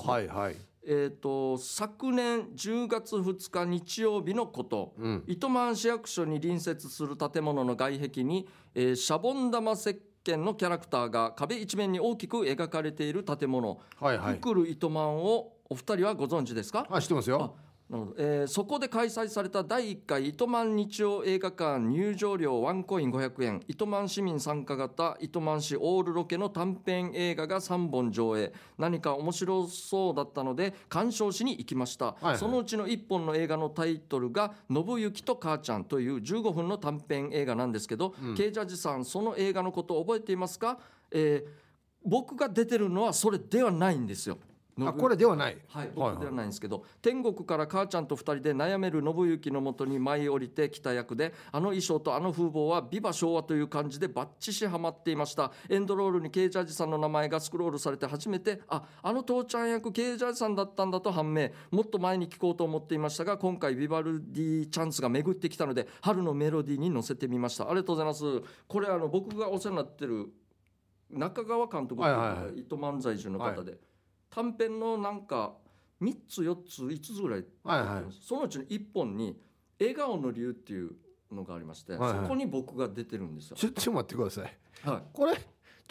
Speaker 2: ほうほう
Speaker 1: ありがとございます
Speaker 2: はいはい
Speaker 1: えー、と昨年10月2日日曜日のこと、
Speaker 2: うん
Speaker 1: 糸満市役所に隣接する建物の外壁に、えーシャボン玉石鹸のキャラクターが壁一面に大きく描かれている建物
Speaker 2: は
Speaker 1: 「
Speaker 2: いは
Speaker 1: く
Speaker 2: い
Speaker 1: くる糸満」をお二人はご存知ですか
Speaker 2: あ知ってますよ
Speaker 1: なるほどえーそこで開催された第1回糸満日曜映画館入場料ワンコイン500円糸満市民参加型糸満市オールロケの短編映画が3本上映何か面白そうだったので鑑賞しに行きました、
Speaker 2: いはい
Speaker 1: そのうちの1本の映画のタイトルが「信行と母ちゃん」という15分の短編映画なんですけど、ケイジャージさんその映画のこと覚えていますか、えー僕が出てるのはそれではないんですよ。
Speaker 2: あこれではない
Speaker 1: はい、
Speaker 2: はいはい
Speaker 1: 僕ではないんですけど、天国から母ちゃんと二人で悩める信行のもとに舞い降りてきた役であの衣装とあの風貌は「ビバ昭和」という感じでバッチシハマっていましたエンドロールにケイジャージさんの名前がスクロールされて初めてああの父ちゃん役ケイジャージさんだったんだと判明もっと前に聞こうと思っていましたが今回ビバルディチャンスが巡ってきたので春のメロディーに乗せてみましたありがとうございますこれあの僕がお世話になってる中川監督っていう
Speaker 2: はいはいは
Speaker 1: 糸満在住の方で、短編のなんか3つ4つ5つぐらい
Speaker 2: はいはい
Speaker 1: そのうちの1本に「笑顔の理由」っていうのがありまして、
Speaker 2: はいはい
Speaker 1: そこに僕が出てるんですよ。
Speaker 2: ちょちょっと待ってください
Speaker 1: はい、
Speaker 2: これ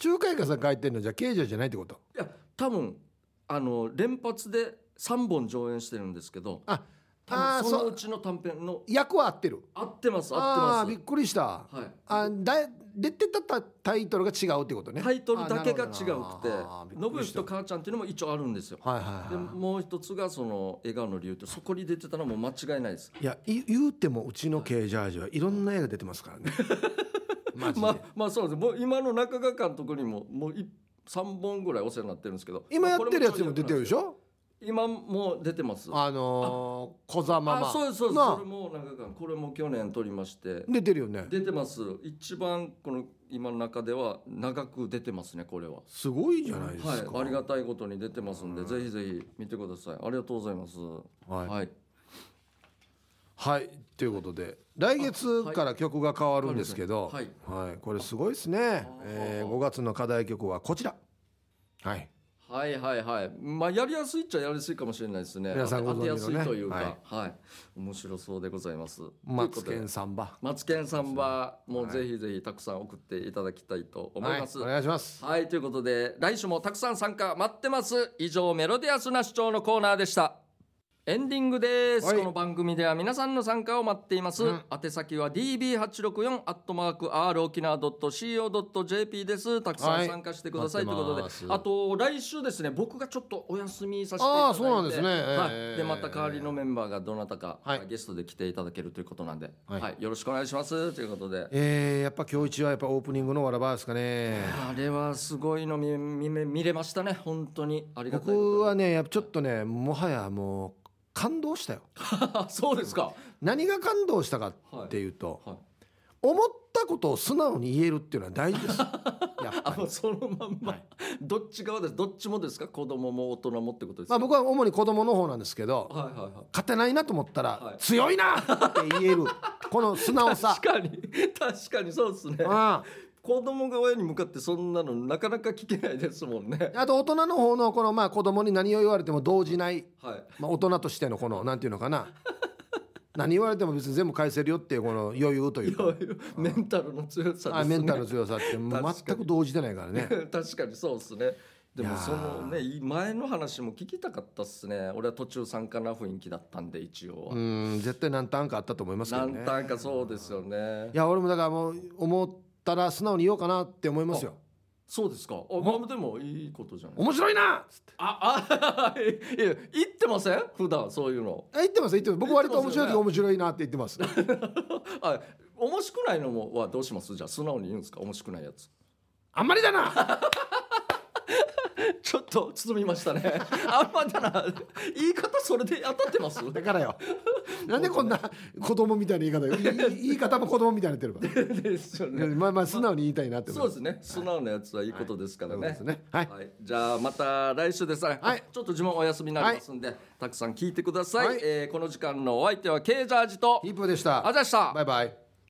Speaker 2: 仲介家さん書いてるのじゃ刑事じゃないってこと
Speaker 1: いや多分あの連発で3本上演してるんですけど
Speaker 2: あ
Speaker 1: 多
Speaker 2: あー
Speaker 1: 分その
Speaker 2: そう
Speaker 1: うちの短編の
Speaker 2: 役は合ってる
Speaker 1: 合ってます合
Speaker 2: ああ
Speaker 1: って
Speaker 2: ーびっ
Speaker 1: ま
Speaker 2: くりした
Speaker 1: す。はい
Speaker 2: あだ出てたタイトルが違うってことね
Speaker 1: タイトルだけが違うくて
Speaker 2: あーなるほどなあーびっくりし
Speaker 1: 信
Speaker 2: た
Speaker 1: 行と母ちゃんっていうのも一応あるんですよ。
Speaker 2: はいはい
Speaker 1: で
Speaker 2: は
Speaker 1: もう一つがその笑顔の理由ってそこに出てたのはもう間違いないです。
Speaker 2: いいやい言うてもうちの刑事味はいろんな映画出てます からねマジで、
Speaker 1: まあまあそうですもう今の中川監督にももうい3本ぐらいお世話になってるんですけど
Speaker 2: 今やってるやつにも出てるでし
Speaker 1: ょ
Speaker 2: ょ
Speaker 1: 今もう出てますあ
Speaker 2: あのー、小ざまま
Speaker 1: そうですそうです
Speaker 2: なあ
Speaker 1: それも中川これも去年撮りまして
Speaker 2: 出てるよね
Speaker 1: 出てます一番この今の中では長く出てますねこれは
Speaker 2: すごいじゃないです
Speaker 1: はい
Speaker 2: か、
Speaker 1: ありがたいことに出てますんでぜひぜひ見てくださいありがとうございます
Speaker 2: はい
Speaker 1: はい
Speaker 2: はいということで来月から曲が変わるんですけど、
Speaker 1: は
Speaker 2: はいいこれすごいですね、えー
Speaker 1: あー
Speaker 2: 5月の課題曲はこちらはい
Speaker 1: はいはいはい。まあやりやすいっちゃやりやすいかもしれないですね。
Speaker 2: 皆さんご
Speaker 1: 当
Speaker 2: 存
Speaker 1: て
Speaker 2: 知の
Speaker 1: や
Speaker 2: ね
Speaker 1: すいというか、
Speaker 2: は
Speaker 1: はいい、面白そうでございます。
Speaker 2: マ
Speaker 1: とい
Speaker 2: ツ
Speaker 1: うこと
Speaker 2: ケ
Speaker 1: で
Speaker 2: ンサンバ
Speaker 1: マツケンさんはも
Speaker 2: は
Speaker 1: う
Speaker 2: い
Speaker 1: ぜひぜひたくさん送っていただきたいと思
Speaker 2: はいい
Speaker 1: ます。
Speaker 2: お
Speaker 1: はい、
Speaker 2: 願いします
Speaker 1: ということで来週もたくさん参加待ってます。以上メロディアスな主張のコーナーでした。エンディングです、
Speaker 2: はい
Speaker 1: この番組では皆さんの参加を待っています、
Speaker 2: うん
Speaker 1: 宛先は db864 アットマーク r 沖縄 .co.jp ですたくさん参加してください、
Speaker 2: はい
Speaker 1: ということ
Speaker 2: 待っ
Speaker 1: で
Speaker 2: てます
Speaker 1: あと来週ですね僕がちょっとお休みさせていただいて
Speaker 2: ああそうなんですね
Speaker 1: はい
Speaker 2: えー
Speaker 1: でまた代わりのメンバーがどなたか、
Speaker 2: はい
Speaker 1: ゲストで来ていただけるということなんで、
Speaker 2: は
Speaker 1: はいいよろしくお願いしますということで
Speaker 2: えー、やっぱ今日一はやっぱオープニングのわらばですかね
Speaker 1: あれはすごいの見見見れましたね本当にありがたい
Speaker 2: 僕はねやっぱちょっとねもはやもう感動したよ
Speaker 1: は そうですか
Speaker 2: 何が感動したかっていうと、
Speaker 1: はい
Speaker 2: 思ったことを素直に言えるっていうのは大 事ですやっ
Speaker 1: あ
Speaker 2: ぱり
Speaker 1: もうそのまんま、
Speaker 2: はい
Speaker 1: どっち側ですどっちもですか子供も大人もってことです
Speaker 2: まあ
Speaker 1: か、
Speaker 2: 僕は主に子供の方なんですけど
Speaker 1: はいはいはい
Speaker 2: 勝てないなと思ったら、
Speaker 1: はい
Speaker 2: 強いなって言えるこの素直さ
Speaker 1: 確かに 確かにそうですね
Speaker 2: あ
Speaker 1: 子供が親に向かってそんなのなかなか聞けないですもんね
Speaker 2: あと大人の方のこのまあ子供に何を言われても動じない、
Speaker 1: はい
Speaker 2: まあ、大人としてのこのなんていうのかな何言われても別に全部返せるよっていうこの余裕というか
Speaker 1: そういうメンタルの強さで
Speaker 2: あ
Speaker 1: すね
Speaker 2: メンタルの強さってもう
Speaker 1: 確か
Speaker 2: 全
Speaker 1: に
Speaker 2: く動じてないからね
Speaker 1: 確かにそうですねで
Speaker 2: いや
Speaker 1: も
Speaker 2: ー
Speaker 1: そのねい前の話も聞きたかったっすね俺は途中参加な雰囲気だったんで一応は、
Speaker 2: うん絶対何ターンかあったと思いますけど
Speaker 1: 何
Speaker 2: ね
Speaker 1: ターンかそうですよね
Speaker 2: いや俺もだからもう思ったら素直に言おうかなって思いますよ
Speaker 1: そうですかあまあでもいいことじゃない
Speaker 2: 面白いなっつって
Speaker 1: ああ いや言ってません普段そういうの
Speaker 2: あ言ってます言ってます僕割と面白い時
Speaker 1: 言
Speaker 2: 面白いなって言ってます
Speaker 1: あ面白くないのもはどうしますじゃあ素直に言うんですか面白くないやつ
Speaker 2: あんまりだな
Speaker 1: ちょっと包みましたね あんまだな言い方それで当たってます
Speaker 2: だからよなんでこんな子供みたいな言い方言い言い方も子供みたいになってれば
Speaker 1: ですよね
Speaker 2: まあまあ素直に言いたいなって思い
Speaker 1: そう
Speaker 2: ます
Speaker 1: ですね素直なやつはいいことですから
Speaker 2: そう
Speaker 1: ね、
Speaker 2: ですねはい
Speaker 1: はい、じゃあまた来週ですね、
Speaker 2: はい
Speaker 1: ちょっと自分お休みになりますんで、たくさん聞いてください、
Speaker 2: はい
Speaker 1: えーこの時間のお相手は K ジャージと
Speaker 2: ヒップでした
Speaker 1: あざした
Speaker 2: バイバイ